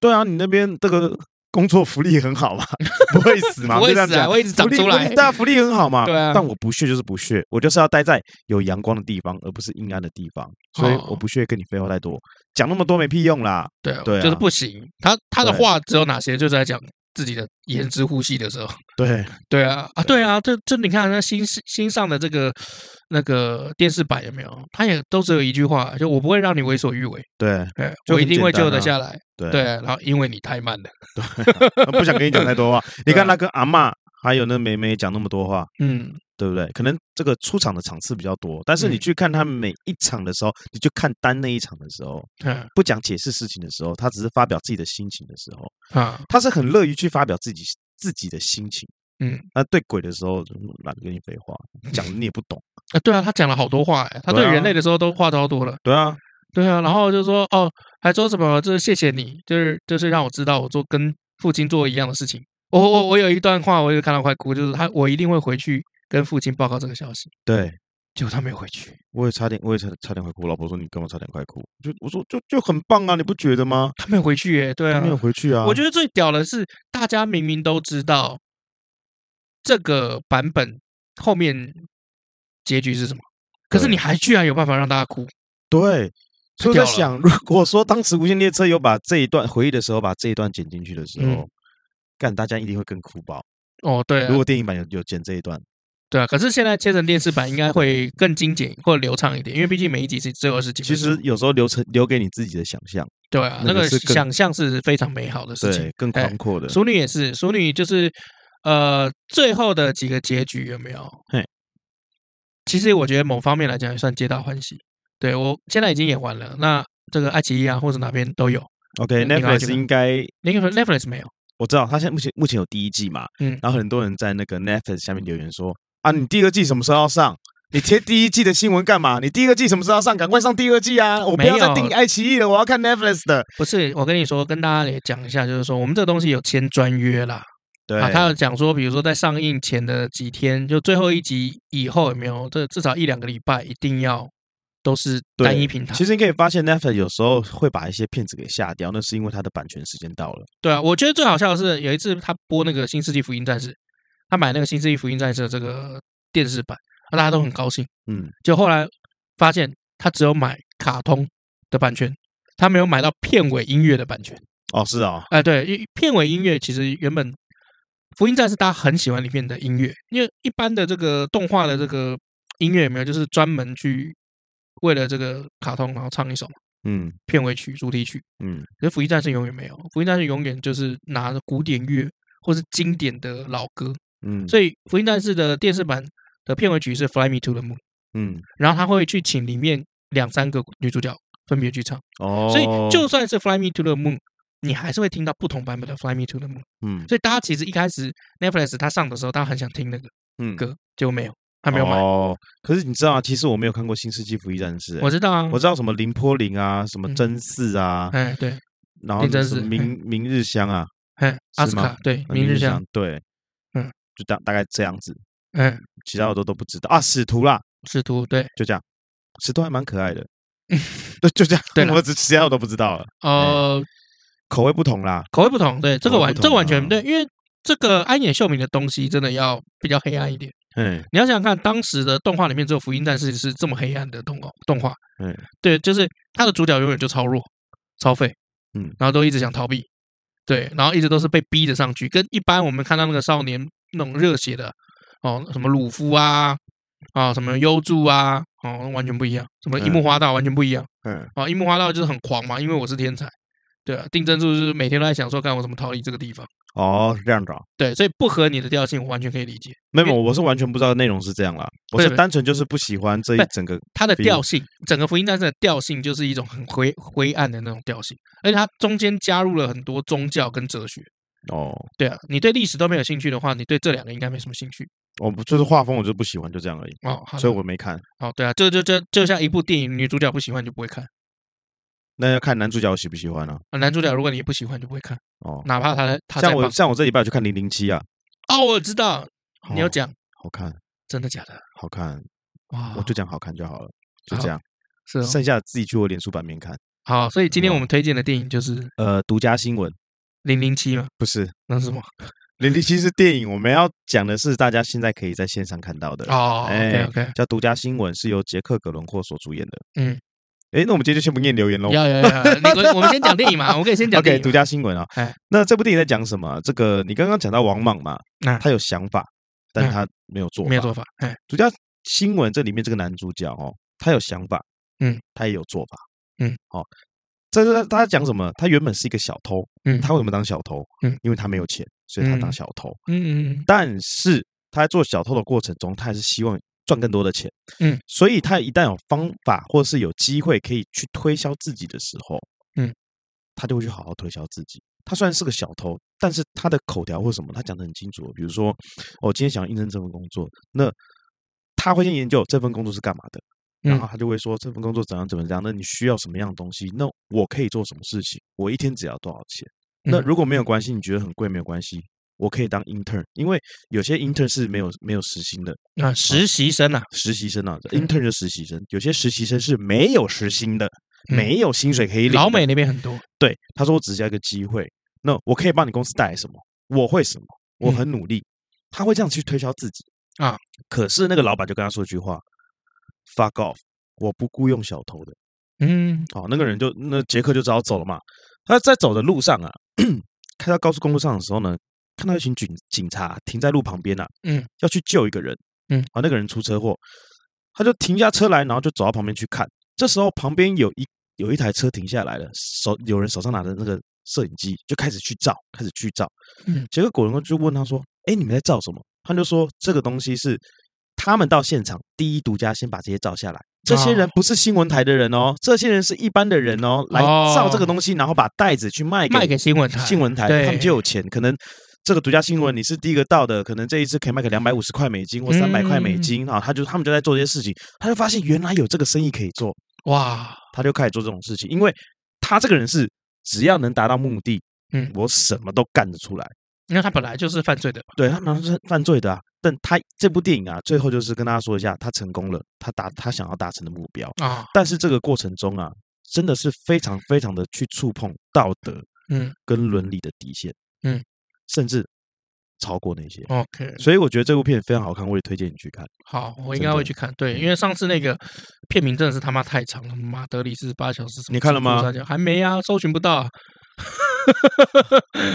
[SPEAKER 2] 对啊，你那边这个工作福利很好嘛，不会死嘛，
[SPEAKER 1] 不会
[SPEAKER 2] 就这样
[SPEAKER 1] 死啊，
[SPEAKER 2] 讲。
[SPEAKER 1] 会一直长
[SPEAKER 2] 福利
[SPEAKER 1] 出来。
[SPEAKER 2] 对啊，福利很好嘛。
[SPEAKER 1] 对啊
[SPEAKER 2] 但我不屑就是不屑，我就是要待在有阳光的地方，而不是阴暗的地方。所以
[SPEAKER 1] 哦
[SPEAKER 2] 我不屑跟你废话太多，讲那么多没屁用啦。
[SPEAKER 1] 对啊，
[SPEAKER 2] 对啊
[SPEAKER 1] 就是不行。他他的
[SPEAKER 2] 对
[SPEAKER 1] 话只有哪些？就是在讲自己的言之呼吸的时候。
[SPEAKER 2] 对，
[SPEAKER 1] 对啊，啊，对啊，这这你看那新新上的这个那个电视版有没有？他也都只有一句话，就我不会让你为所欲为，
[SPEAKER 2] 对，
[SPEAKER 1] 哎
[SPEAKER 2] 就
[SPEAKER 1] 我一
[SPEAKER 2] 很
[SPEAKER 1] 定
[SPEAKER 2] 简
[SPEAKER 1] 会救
[SPEAKER 2] 单
[SPEAKER 1] 得
[SPEAKER 2] 啊
[SPEAKER 1] 下来。
[SPEAKER 2] 对，
[SPEAKER 1] 对，然后因为你太慢了。
[SPEAKER 2] 不想跟你讲太多话。你
[SPEAKER 1] 对啊
[SPEAKER 2] 看他跟阿嬷还有那梅梅讲那么多话，
[SPEAKER 1] 嗯，
[SPEAKER 2] 对不对？可能这个出场的场次比较多，但是你
[SPEAKER 1] 嗯
[SPEAKER 2] 去看他每一场的时候，你就看单那一场的时候，
[SPEAKER 1] 嗯
[SPEAKER 2] 不讲解释事情的时候，他只是发表自己的心情的时候，
[SPEAKER 1] 啊，
[SPEAKER 2] 他是很乐于去发表自己自己的心情。
[SPEAKER 1] 嗯，
[SPEAKER 2] 那对鬼的时候，懒得跟你废话，讲你也不懂，
[SPEAKER 1] 啊，对啊，他讲了好多话、哎，他对
[SPEAKER 2] 对啊
[SPEAKER 1] 人类的时候都话超多了。
[SPEAKER 2] 对啊，
[SPEAKER 1] 对啊，然后就说哦，还说什么就是谢谢你，就是就是让我知道我做跟父亲做一样的事情。我我我有一段话，我有看到快哭，就是他我一定会回去跟父亲报告这个消息。
[SPEAKER 2] 对，
[SPEAKER 1] 结果他没有回去，
[SPEAKER 2] 我也差点，我也差差点快哭。我老婆说你干嘛差点快哭？就我说就就很棒啊，你不觉得吗？
[SPEAKER 1] 他没有回去耶、对啊
[SPEAKER 2] 没，有回去啊。
[SPEAKER 1] 我觉得最屌的是大家明明都知道这个版本后面结局是什么，可是
[SPEAKER 2] 对
[SPEAKER 1] 你还居然有办法让大家哭，
[SPEAKER 2] 对，所以我
[SPEAKER 1] 屌
[SPEAKER 2] 在
[SPEAKER 1] 了
[SPEAKER 2] 想， 如果说当时《无限列车》有把这一段回忆的时候，把这一段剪进去的时候，
[SPEAKER 1] 嗯
[SPEAKER 2] 干大家一定会更哭爆。
[SPEAKER 1] 哦，对、啊
[SPEAKER 2] 如，果电影版有有剪这一段，
[SPEAKER 1] 对啊，可是现在切成电视版应该会更精简或流畅一点，因为毕竟每一集是只有二十几分
[SPEAKER 2] 其
[SPEAKER 1] 钟。
[SPEAKER 2] 实有时候留成留给你自己的想象，
[SPEAKER 1] 对啊，那
[SPEAKER 2] 那个
[SPEAKER 1] 个
[SPEAKER 2] 是更
[SPEAKER 1] 想象是非常美好的事情
[SPEAKER 2] 对。，更
[SPEAKER 1] 哎
[SPEAKER 2] 宽阔的。
[SPEAKER 1] 淑女也是，淑女就是呃最后的几个结局有没有？
[SPEAKER 2] 嘿，
[SPEAKER 1] 其实我觉得某方面来讲也算皆大欢喜。对我现在已经演完了，那这个爱奇艺啊或者哪边都有你赶快去
[SPEAKER 2] OK，Netflix、
[SPEAKER 1] 吧
[SPEAKER 2] 应该
[SPEAKER 1] ，Netflix Netflix 没有。
[SPEAKER 2] 我知道，他现在目前目前有第一季嘛，
[SPEAKER 1] 嗯
[SPEAKER 2] 然后很多人在那个 Netflix 下面留言说啊，你第二季什么时候要上？你贴第一季的新闻干嘛？你第二季什么时候要上？赶快上第二季啊！我不要
[SPEAKER 1] 没有啊
[SPEAKER 2] 再订爱奇艺了，我要看 Netflix 的。
[SPEAKER 1] 不是，我跟你说，跟大家也讲一下，就是说我们这个东西有签专约啦。
[SPEAKER 2] 对，
[SPEAKER 1] 啊，他有讲说，比如说在上映前的几天，就最后一集以后有没有？这至少一两个礼拜一定要都是
[SPEAKER 2] 对
[SPEAKER 1] 单一平台。
[SPEAKER 2] 其实你可以发现，Netflix 有时候会把一些片子给下掉，那是因为它的版权时间到了。
[SPEAKER 1] 对啊，我觉得最好笑的是有一次他播那个《新世纪福音战士》，他买那个《新世纪福音战士》的这个电视版，啊大家都很高兴。
[SPEAKER 2] 嗯，
[SPEAKER 1] 就后来发现他只有买卡通的版权，他没有买到片尾音乐的版权。
[SPEAKER 2] 哦，是哦，
[SPEAKER 1] 哎、对，因为片尾音乐其实原本《福音战士》大家很喜欢里面的音乐，因为一般的这个动画的这个音乐有没有就是专门去为了这个卡通然后唱一首嘛
[SPEAKER 2] 嗯
[SPEAKER 1] 片尾曲、主题曲。
[SPEAKER 2] 嗯，
[SPEAKER 1] 可是福音战士永远没有，福音战士永远就是拿着古典乐或是经典的老歌，
[SPEAKER 2] 嗯，
[SPEAKER 1] 所以福音战士的电视版的片尾曲是《Fly Me to the Moon》，
[SPEAKER 2] 嗯，
[SPEAKER 1] 然后他会去请里面两三个女主角分别去唱，
[SPEAKER 2] 哦，
[SPEAKER 1] 所以就算是《Fly Me to the Moon》，你还是会听到不同版本的《Fly Me to the Moon》。
[SPEAKER 2] 嗯
[SPEAKER 1] 所以大家其实一开始 Netflix 它上的时候，大家很想听那个
[SPEAKER 2] 嗯，
[SPEAKER 1] 歌，结果没有，他没有买。
[SPEAKER 2] 哦，可是你知道啊，其实我没有看过《新世纪福音战士》欸，
[SPEAKER 1] 我知道啊，
[SPEAKER 2] 我知道什么林波林啊，什么
[SPEAKER 1] 嗯
[SPEAKER 2] 真嗣啊，
[SPEAKER 1] 哎对，
[SPEAKER 2] 然后
[SPEAKER 1] 林真
[SPEAKER 2] 什么
[SPEAKER 1] 嗣
[SPEAKER 2] 明明日香啊，呃
[SPEAKER 1] 哎阿斯
[SPEAKER 2] 是吗
[SPEAKER 1] 卡对，
[SPEAKER 2] 那
[SPEAKER 1] 明日香，，
[SPEAKER 2] 对，
[SPEAKER 1] 嗯，
[SPEAKER 2] 就大大概这样子，
[SPEAKER 1] 嗯，
[SPEAKER 2] 其他我都都不知道啊。使徒啦，
[SPEAKER 1] 使徒对
[SPEAKER 2] 就这样，使徒还蛮可 爱的，对，就这样，
[SPEAKER 1] 对啦
[SPEAKER 2] 我只其他我都不知道了，
[SPEAKER 1] 呃
[SPEAKER 2] 口味不 同啦，
[SPEAKER 1] 口味不同，对这个
[SPEAKER 2] 口味
[SPEAKER 1] 完这
[SPEAKER 2] 不同
[SPEAKER 1] 个完全
[SPEAKER 2] 啊
[SPEAKER 1] 对，因为这个安野秀明的东西真的要比较黑暗一点。
[SPEAKER 2] 嗯
[SPEAKER 1] 你要想想看，当时的动画里面只有福音战士是这么黑暗的动画动画，
[SPEAKER 2] 嗯
[SPEAKER 1] 对，就是他的主角永远就超弱、超废，
[SPEAKER 2] 嗯，
[SPEAKER 1] 然后都一直想逃避，对，然后一直都是被逼着上去，跟一般我们看到那个少年那种热血的哦，什么鲁夫啊，啊，什么优助啊，哦，完全不一样，什么樱木花道完全不一样
[SPEAKER 2] 嗯，
[SPEAKER 1] 啊，樱木花道就是很狂嘛，因为我是天才，对啊，定真柱就是每天都在想说，看我怎么逃离这个地方，
[SPEAKER 2] 哦，是这样子啊。
[SPEAKER 1] 对，所以不合你的调性，我完全可以理解
[SPEAKER 2] 没有，我是完全不知道内容是这样啦。我
[SPEAKER 1] 对
[SPEAKER 2] 是单纯就是不喜欢这一
[SPEAKER 1] 对
[SPEAKER 2] 整个，
[SPEAKER 1] 它的
[SPEAKER 2] 比
[SPEAKER 1] 调性，整个福音战士的调性就是一种很灰灰暗的那种调性，而且它中间加入了很多宗教跟哲学。
[SPEAKER 2] 哦，
[SPEAKER 1] 对啊，你对历史都没有兴趣的话，你对这两个应该没什么兴趣
[SPEAKER 2] 我不就是画风我就不喜欢，就这样而已，
[SPEAKER 1] 哦。好
[SPEAKER 2] 所以
[SPEAKER 1] 的
[SPEAKER 2] 我没看。
[SPEAKER 1] 哦，对啊，这就这就像一部电影，女主角不喜欢你就不会看，
[SPEAKER 2] 那要看男主角喜不喜欢啊？
[SPEAKER 1] 啊男主角如果你也不喜欢你就不会看，
[SPEAKER 2] 哦，
[SPEAKER 1] 哪怕他他
[SPEAKER 2] 像
[SPEAKER 1] 再
[SPEAKER 2] 我
[SPEAKER 1] 棒。
[SPEAKER 2] 像我这礼拜有去看零零七啊，
[SPEAKER 1] 哦，我知道你有
[SPEAKER 2] 哦
[SPEAKER 1] 讲，
[SPEAKER 2] 好看，
[SPEAKER 1] 真的假的？
[SPEAKER 2] 好看，
[SPEAKER 1] 哇，
[SPEAKER 2] 我就讲好看就好了，就
[SPEAKER 1] 哦好
[SPEAKER 2] 这样，
[SPEAKER 1] 是哦
[SPEAKER 2] 剩下的自己去我脸书版面看。
[SPEAKER 1] 好，所以今天
[SPEAKER 2] 哇
[SPEAKER 1] 我们推荐的电影就是《
[SPEAKER 2] 呃，独家新闻
[SPEAKER 1] 零零七》嘛，
[SPEAKER 2] 不是
[SPEAKER 1] 那是什么？
[SPEAKER 2] 零零七是电影，我们要讲的是大家现在可以在线上看到的，
[SPEAKER 1] 哦，OK
[SPEAKER 2] 哎
[SPEAKER 1] OK，
[SPEAKER 2] 叫独家新闻，是由杰克·葛伦霍所主演的。
[SPEAKER 1] 嗯，
[SPEAKER 2] 哎，那我们今天就先不念留言喽。
[SPEAKER 1] 要要要，要你我我们先讲电影嘛，我们可以 先讲电
[SPEAKER 2] OK，
[SPEAKER 1] 影
[SPEAKER 2] 独
[SPEAKER 1] 嘛。
[SPEAKER 2] 家新闻啊
[SPEAKER 1] 哎。
[SPEAKER 2] 那这部电影在讲什么啊？这个你刚刚讲到王莽嘛
[SPEAKER 1] 嗯，
[SPEAKER 2] 他有想法，但他没有做法。
[SPEAKER 1] 没有做法，哎，
[SPEAKER 2] 独家新闻这里面这个男主角哦，他有想法，
[SPEAKER 1] 嗯，
[SPEAKER 2] 他也有做法，
[SPEAKER 1] 嗯，
[SPEAKER 2] 哦，这是他讲什么？他原本是一个小偷，
[SPEAKER 1] 嗯
[SPEAKER 2] 他为什么当小偷？
[SPEAKER 1] 嗯，
[SPEAKER 2] 因为他没有钱，所以他当
[SPEAKER 1] 嗯
[SPEAKER 2] 小偷。
[SPEAKER 1] 嗯嗯
[SPEAKER 2] 但是他在做小偷的过程中，他还是希望赚更多的钱，
[SPEAKER 1] 嗯，
[SPEAKER 2] 所以他一旦有方法或是有机会可以去推销自己的时候，
[SPEAKER 1] 嗯，
[SPEAKER 2] 他就会去好好推销自己。他虽然是个小偷，但是他哦的口条或什么，他讲的很清楚。比如说，我、今天想要应征这份工作，那。他会先研究这份工作是干嘛的，然后
[SPEAKER 1] 嗯
[SPEAKER 2] 他就会说这份工作怎样怎么样，那你需要什么样的东西，那我可以做什么事情，我一天只要多少钱？那
[SPEAKER 1] 嗯
[SPEAKER 2] 如果没有关系，你觉得很贵没有关系，我可以当 intern，因为有些 intern 是没有没有时薪的，
[SPEAKER 1] 啊，实习生啊，
[SPEAKER 2] 实习生啊
[SPEAKER 1] 嗯
[SPEAKER 2] ，intern 就实习生，有些实习生是没有时薪的，
[SPEAKER 1] 嗯
[SPEAKER 2] 没有薪水可以领的。
[SPEAKER 1] 老美那边很多，
[SPEAKER 2] 对他说，我只是要一个机会，那我可以帮你公司带来什么？我会什么？我很努力，他会这样去推销自己
[SPEAKER 1] 嗯啊。
[SPEAKER 2] 可是那个老板就跟他说一句话：“fuck off，我不雇佣小偷的。”
[SPEAKER 1] 嗯
[SPEAKER 2] 哦，那个人就那杰克就只好走了嘛。他在走的路上啊，开到高速公路上的时候呢，看到一群警警察停在路旁边啊，
[SPEAKER 1] 嗯，
[SPEAKER 2] 要去救一个人，
[SPEAKER 1] 嗯，
[SPEAKER 2] 啊，那个人出车祸，他就停下车来，然后就走到旁边去看。这时候旁边有一有一台车停下来了，手有人手上拿着那个摄影机，就开始去照，开始去照。
[SPEAKER 1] 嗯
[SPEAKER 2] 结果果人就问他说：“哎，你们在照什么？”他就说：“这个东西是他们到现场第一独家先把这些照下来。这些人
[SPEAKER 1] 哦
[SPEAKER 2] 不是新闻台的人哦，这些人是一般的人哦，来照这个东西，然后把袋子去卖
[SPEAKER 1] 卖给新闻台，
[SPEAKER 2] 新闻台，
[SPEAKER 1] 对嗯
[SPEAKER 2] 他们就有钱。可能这个独家新闻你是第一个到的，可能这一次可以卖个两百五十块美金或三百块美金啊。他就他们就在做这些事情，他就发现原来有这个生意可以做，
[SPEAKER 1] 哇，
[SPEAKER 2] 他就开始做这种事情。因为他这个人是只要能达到目的，
[SPEAKER 1] 嗯
[SPEAKER 2] 我什么都干得出来。
[SPEAKER 1] 因为他本来就是犯罪的嘛，
[SPEAKER 2] 对他马上是犯罪的啊。但他这部电影啊，最后就是跟大家说一下，他成功了，他达他想要达成的目标。
[SPEAKER 1] 啊，
[SPEAKER 2] 但是这个过程中啊，真的是非常非常的去触碰道德
[SPEAKER 1] 嗯
[SPEAKER 2] 跟伦理的底线，
[SPEAKER 1] 嗯，哦
[SPEAKER 2] 甚至超过那些。
[SPEAKER 1] ，OK，
[SPEAKER 2] 所以我觉得这部片非常好看，我也推荐你去看。
[SPEAKER 1] 好，我应
[SPEAKER 2] 哦真
[SPEAKER 1] 该
[SPEAKER 2] 的嗯
[SPEAKER 1] 会去看。对，因为上次那个片名真的是他妈太长了，马德里四十八小时什么
[SPEAKER 2] 你看了吗
[SPEAKER 1] 蜘蛛侠？还没啊，搜寻不 到啊、
[SPEAKER 2] 啊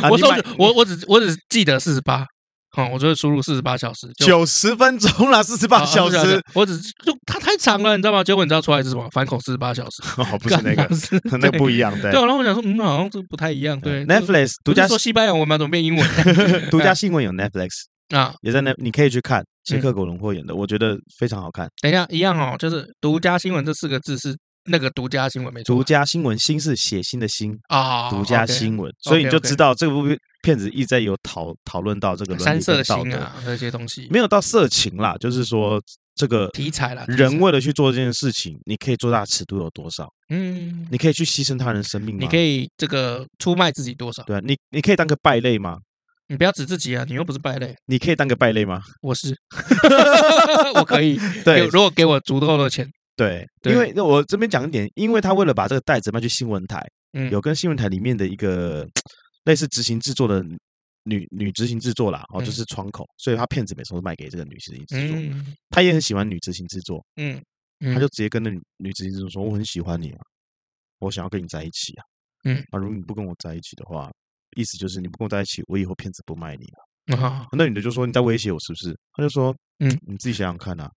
[SPEAKER 1] 我
[SPEAKER 2] 你
[SPEAKER 1] 搜
[SPEAKER 2] 买
[SPEAKER 1] 寻，我我只我只记得四十八，好，我就会输入四十八小时，就
[SPEAKER 2] 九十分钟啦，四十
[SPEAKER 1] 啊
[SPEAKER 2] 八
[SPEAKER 1] 啊
[SPEAKER 2] 小
[SPEAKER 1] 48
[SPEAKER 2] 时，
[SPEAKER 1] 我只就它太长了，你知道吗？结果你知道出来是什么？反恐四十八小时，
[SPEAKER 2] 哦， 不是那
[SPEAKER 1] 干
[SPEAKER 2] 个，
[SPEAKER 1] 嘛
[SPEAKER 2] 那不一样
[SPEAKER 1] 对。对，
[SPEAKER 2] 的。
[SPEAKER 1] 然后我想说，嗯，好像这不太一样，对。就是
[SPEAKER 2] Netflix
[SPEAKER 1] 不
[SPEAKER 2] 独
[SPEAKER 1] 是
[SPEAKER 2] 家
[SPEAKER 1] 说西班牙文吗？怎么变英文
[SPEAKER 2] 独 家新闻有 Netflix，
[SPEAKER 1] 啊？
[SPEAKER 2] 也在那，你可以去看杰
[SPEAKER 1] 嗯
[SPEAKER 2] 克·果伦霍演的，我觉得非常好看。
[SPEAKER 1] 等一下，一样哦，就是“独家新闻”这四个字是那个独家新闻，没错
[SPEAKER 2] 独
[SPEAKER 1] 吧。
[SPEAKER 2] 家新闻，新是写新的新，
[SPEAKER 1] 啊，
[SPEAKER 2] 独家
[SPEAKER 1] OK
[SPEAKER 2] 新闻，所以你就
[SPEAKER 1] OK，OK
[SPEAKER 2] 知道这部片子一直在有讨讨论到这个伦理
[SPEAKER 1] 三色
[SPEAKER 2] 跟道
[SPEAKER 1] 星
[SPEAKER 2] 德
[SPEAKER 1] 啊这些东西，
[SPEAKER 2] 没有到色情啦，就是说这个
[SPEAKER 1] 题材啦，题材
[SPEAKER 2] 人为了去做这件事情，你可以做大尺度有多少？
[SPEAKER 1] 嗯，
[SPEAKER 2] 你可以去牺牲他人生命吗？
[SPEAKER 1] 你可
[SPEAKER 2] 以
[SPEAKER 1] 以这个出卖自己多少？
[SPEAKER 2] 对啊，你你可以当个败类吗？
[SPEAKER 1] 你不要指自己啊，你又不是败类，
[SPEAKER 2] 你可以当个败类 吗？
[SPEAKER 1] 我 是，我可以，
[SPEAKER 2] 对
[SPEAKER 1] 有如果给我足够的钱，
[SPEAKER 2] 对，
[SPEAKER 1] 对
[SPEAKER 2] 因为那我这边讲一点，因为他为了把这个袋子卖去新闻台，
[SPEAKER 1] 嗯，
[SPEAKER 2] 有跟新闻台里面的一个类似执行制作的女女执行制作啦，哦，
[SPEAKER 1] 嗯
[SPEAKER 2] 就是窗口，所以他片子每次都卖给这个女执行制作，
[SPEAKER 1] 嗯
[SPEAKER 2] 他也很喜欢女执行制作，
[SPEAKER 1] 嗯，
[SPEAKER 2] 他就直接跟那女女执行制作说：“我很喜欢你啊，我想要跟你在一起啊。”
[SPEAKER 1] 嗯
[SPEAKER 2] 啊，如果你不跟我在一起的话，意思就是你不跟我在一起，我以后骗子不卖你了。
[SPEAKER 1] 嗯啊
[SPEAKER 2] 那女的就说：“你在威胁我是不是？”他就说：“
[SPEAKER 1] 嗯
[SPEAKER 2] 你自己想想看啊，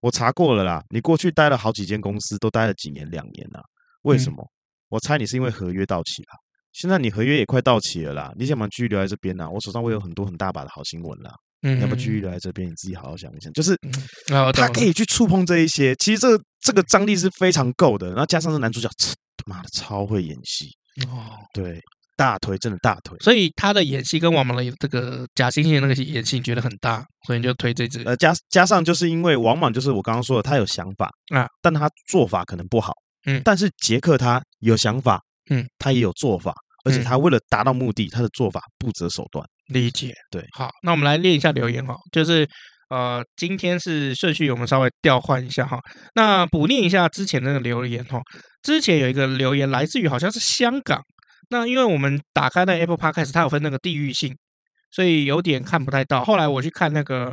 [SPEAKER 2] 我查过了啦，你过去待了好几间公司，都待了几年两年啦、为什
[SPEAKER 1] 嗯
[SPEAKER 2] 么？我猜你是因为合约到期啦。现在你合约也快到期了啦，你想不想继续留在这边呢、我手上会有很多很大把的好新闻啦，
[SPEAKER 1] 嗯，
[SPEAKER 2] 你要不要继续留在这边？你自己好好想一想。就是
[SPEAKER 1] 嗯啊，我懂
[SPEAKER 2] 他
[SPEAKER 1] 了
[SPEAKER 2] 可以去触碰这一些，其实这个这个张力是非常够的。然后加上这男主角，操他妈的超会演戏，
[SPEAKER 1] 哦，
[SPEAKER 2] 对，大腿真的大腿。
[SPEAKER 1] 所以他的演戏跟我们的这个假惺惺的那个演戏，你觉得很搭，所以你就推这支
[SPEAKER 2] 呃，加加上就是因为王莽就是我刚刚说的，他有想法
[SPEAKER 1] 啊，
[SPEAKER 2] 但他做法可能不好，
[SPEAKER 1] 嗯
[SPEAKER 2] 但是杰克他有想法，
[SPEAKER 1] 嗯，
[SPEAKER 2] 他也有做法，而且
[SPEAKER 1] 嗯
[SPEAKER 2] 他为了达到目的，他的做法不择手段。
[SPEAKER 1] 理解，
[SPEAKER 2] 对
[SPEAKER 1] 好，那我们来练一下留言哦，就是呃，今天是顺序我们稍微调换一下哈，那补念一下之前那个留言哈，之前有一个留言来自于好像是香港，那因为我们打开那 Apple Podcast，它有分那个地域性，所以有点看不太到，后来我去看那个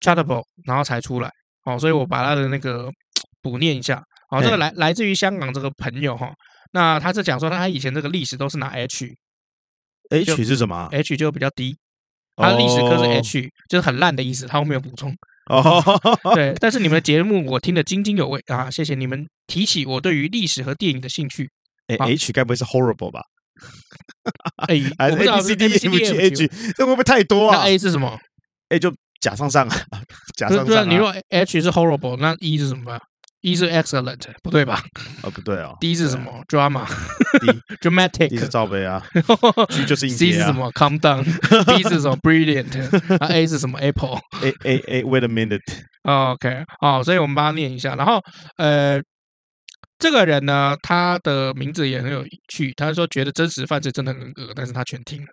[SPEAKER 1] Chatable，然后才出来，哦，所以我把它的那个补念一下，哦，这个
[SPEAKER 2] 嗯
[SPEAKER 1] 来来自于香港这个朋友哈。那他是讲说，他以前这个历史都是拿 H
[SPEAKER 2] H 是什么啊？
[SPEAKER 1] H 就比较低，它历史课是
[SPEAKER 2] 哦
[SPEAKER 1] H，、就是很烂的意思，他后面有补充。
[SPEAKER 2] 哦，
[SPEAKER 1] 对，但是你们的节目我听得津津有味啊，谢谢你们提起我对于历史和电影的兴趣。
[SPEAKER 2] 哎
[SPEAKER 1] 好
[SPEAKER 2] ，H 该不会是 horrible 吧？
[SPEAKER 1] 哎，
[SPEAKER 2] 啊还
[SPEAKER 1] 我
[SPEAKER 2] 是
[SPEAKER 1] 不知
[SPEAKER 2] A
[SPEAKER 1] 道是
[SPEAKER 2] B C D E
[SPEAKER 1] A B C
[SPEAKER 2] F
[SPEAKER 1] D
[SPEAKER 2] G
[SPEAKER 1] F
[SPEAKER 2] H？
[SPEAKER 1] G
[SPEAKER 2] 这会不会太多
[SPEAKER 1] 那
[SPEAKER 2] 啊
[SPEAKER 1] A 是什么？
[SPEAKER 2] ？A 就假上上啊， 假
[SPEAKER 1] 不是
[SPEAKER 2] 上
[SPEAKER 1] 不是，
[SPEAKER 2] 上
[SPEAKER 1] 你
[SPEAKER 2] 啊。
[SPEAKER 1] 若 H 是 horrible，那 E 是什么？E 是 excellent，不对吧
[SPEAKER 2] 哦，不对哦
[SPEAKER 1] ？D 是什么？drama，dramatic
[SPEAKER 2] D。，D 是罩杯啊，G 就是硬
[SPEAKER 1] C 是
[SPEAKER 2] 碟
[SPEAKER 1] 什
[SPEAKER 2] 啊。
[SPEAKER 1] 么？Calm down。B 是什么？Brilliant。啊，A 是什么？Apple。
[SPEAKER 2] A A A，Wait a minute，
[SPEAKER 1] OK，哦，所以我们帮他念一下。然后，呃，这个人呢，他的名字也很有趣。他说觉得真实犯罪真的很恶，但是他全听了。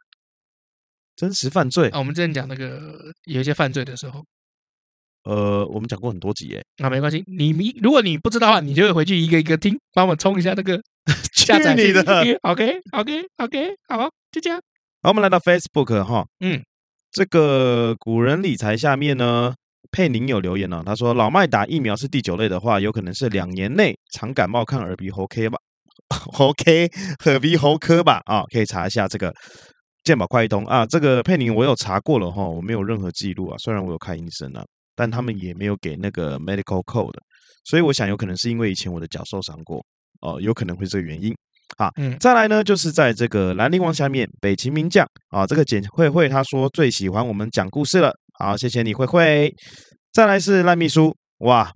[SPEAKER 2] 真实犯罪
[SPEAKER 1] 啊，，我们之前讲那个有一些犯罪的时候，
[SPEAKER 2] 呃，我们讲过很多集耶，
[SPEAKER 1] 啊，没关系，你你如果你不知道的话，你就回去一个一个听，帮我冲一下那 个
[SPEAKER 2] 去
[SPEAKER 1] 下载
[SPEAKER 2] 你的！
[SPEAKER 1] OK OK OK，好，就这样。
[SPEAKER 2] 好，我们来到 Facebook 哈，
[SPEAKER 1] 嗯，
[SPEAKER 2] 这个古人理财下面呢，佩宁有留言哦，他说老麦打疫苗是第九类的话，有可能是两年内常感冒、看耳鼻喉科吧， 喉科、耳鼻喉科吧，啊、可以查一下这个健保快易通啊。这个佩宁我有查过了哈，我没有任何记录啊，虽然我有看医生啊，但他们也没有给那个 medical code，所以我想有可能是因为以前我的脚受伤过哦、有可能会这个原因。
[SPEAKER 1] 嗯
[SPEAKER 2] 再来呢，就是在这个兰陵王下面，北齐名将啊，这个简慧慧她说最喜欢我们讲故事了，好，谢谢你慧慧。再来是赖秘书，哇，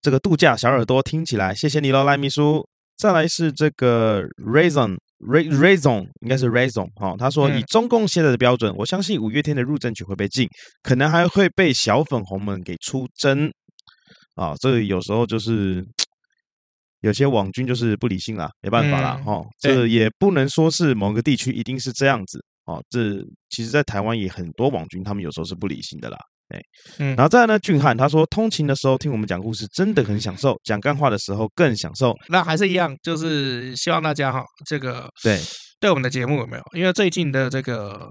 [SPEAKER 2] 这个度假小耳朵听起来，谢谢你喽，赖秘书。再来是这个 Raison。Ray Raison 应该是 Raison 哦，他说
[SPEAKER 1] 嗯
[SPEAKER 2] 以中共现在的标准，我相信五月天的入阵曲会被禁，可能还会被小粉红们给出征啊。这个有时候就是有些网军就是不理性啦，没办法啦
[SPEAKER 1] 嗯，
[SPEAKER 2] 哦，
[SPEAKER 1] 对
[SPEAKER 2] 这也不能说是某个地区一定是这样子哦。这其实，在台湾也很多网军，他们有时候是不理性的啦。哎
[SPEAKER 1] 嗯
[SPEAKER 2] 然后再来呢，俊汉他说，通勤的时候听我们讲故事真的很享受，讲干话的时候更享受。
[SPEAKER 1] 那还是一样，就是希望大家哈，这个
[SPEAKER 2] 对
[SPEAKER 1] 对我们的节目有没有？因为最近的这个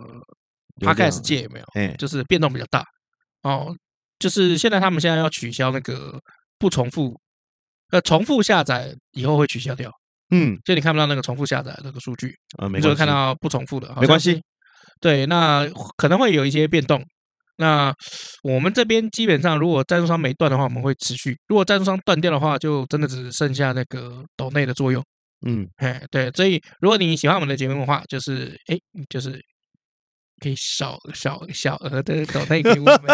[SPEAKER 2] 流量
[SPEAKER 1] podcast 界有没有，
[SPEAKER 2] 哎，
[SPEAKER 1] 就是变动比较大哦。就是现在他们现在要取消那个不重复，呃，重复下载以后会取消掉，
[SPEAKER 2] 嗯，
[SPEAKER 1] 就你看不到那个重复下载的那个数据，
[SPEAKER 2] 呃，没
[SPEAKER 1] 你只会
[SPEAKER 2] 关系
[SPEAKER 1] 看，到不重复的，好像
[SPEAKER 2] 没关系
[SPEAKER 1] 是。对，那可能会有一些变动。那我们这边基本上，如果赞助商没断的话，我们会持续；如果赞助商断掉的话，就真的只剩下那个抖内的作用。
[SPEAKER 2] 嗯，
[SPEAKER 1] 哎，对，所以如果你喜欢我们的节目的话，就是哎，就是可以小小小额的抖内给我 们，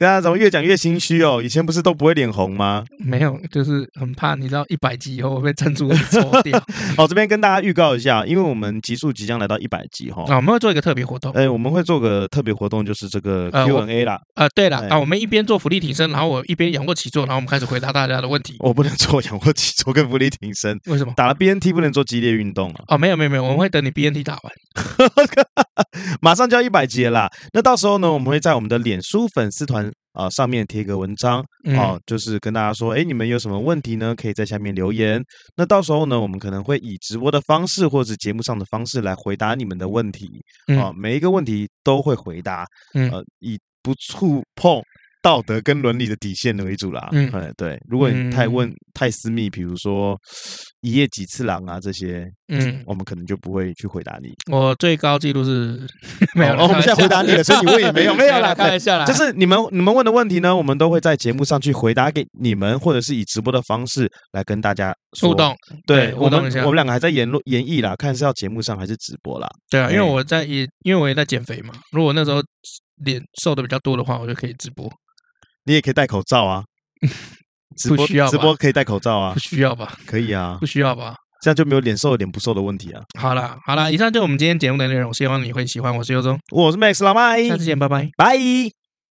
[SPEAKER 2] 大家啊怎么越讲越心虚哦？以前不是都不会脸红吗？
[SPEAKER 1] 没有，就是很怕你知道一百集以后会被赞助给抽 掉
[SPEAKER 2] 好，这边跟大家预告一下，因为我们集数即将来到一百集哈，
[SPEAKER 1] 啊，我们会做一个特别 活动。
[SPEAKER 2] 哎，我们会做个特别活动，就是这个
[SPEAKER 1] 呃我
[SPEAKER 2] Q&A 啦。
[SPEAKER 1] 啊，对了
[SPEAKER 2] 哎
[SPEAKER 1] 啊，我们一边做福利挺身，然后我一边仰卧起坐，然后我们开始回答大家的问题。
[SPEAKER 2] 我不能做仰卧起坐跟浮力挺身，
[SPEAKER 1] 为什么？
[SPEAKER 2] 打了 BNT 不能做激烈运动啊，
[SPEAKER 1] 哦，没有没有没有，我们会等你 BNT 打完。
[SPEAKER 2] 马上就要一百集了啦。那到时候呢，我们会在我们的脸书粉丝团啊、呃上面贴一个文章
[SPEAKER 1] 嗯
[SPEAKER 2] 哦，就是跟大家说，哎，你们有什么问题呢？可以在下面留言。那到时候呢，我们可能会以直播的方式或者节目上的方式来回答你们的问题
[SPEAKER 1] 嗯
[SPEAKER 2] 啊、每一个问题都会回答，
[SPEAKER 1] 嗯
[SPEAKER 2] 呃，以不触碰。道德跟伦理的底线为主啦，
[SPEAKER 1] 嗯
[SPEAKER 2] 哎，对，如果你太
[SPEAKER 1] 嗯
[SPEAKER 2] 问太私密，比如说一夜几次郎啊这些，
[SPEAKER 1] 嗯，
[SPEAKER 2] 我们可能就不会去回答你。
[SPEAKER 1] 我最高记录是 没有
[SPEAKER 2] 哦
[SPEAKER 1] 啦。
[SPEAKER 2] 我们
[SPEAKER 1] 开玩
[SPEAKER 2] 现在回
[SPEAKER 1] 笑
[SPEAKER 2] 答你了所以你 问也没有没有啦
[SPEAKER 1] 开玩笑啦。
[SPEAKER 2] 就是你们你们问的问题呢，我们都会在节目上去回答给你们，或者是以直播的方式来跟大家说
[SPEAKER 1] 互。动，
[SPEAKER 2] 对
[SPEAKER 1] 对互
[SPEAKER 2] 我们
[SPEAKER 1] 动一下
[SPEAKER 2] 我们两个还在研论研议啦，看是要节目上还是直播啦。
[SPEAKER 1] 对啊，因为
[SPEAKER 2] 哎
[SPEAKER 1] 我在也因为我也在减肥嘛，如果那时候脸瘦的比较多的话，我就可以直播，
[SPEAKER 2] 你也可以戴口 罩啊，直播
[SPEAKER 1] 不需要吧
[SPEAKER 2] 直播可以戴口罩啊
[SPEAKER 1] 不，需要吧？
[SPEAKER 2] 可以啊
[SPEAKER 1] 不，需要吧？
[SPEAKER 2] 这样就没有脸瘦脸不瘦的问题啊。
[SPEAKER 1] 好啦，好啦，以上就是我们今天节目的内容，希望你会喜欢。我是尤忠，
[SPEAKER 2] 我是 Max 老麦，
[SPEAKER 1] 下次见，拜拜。
[SPEAKER 2] 拜。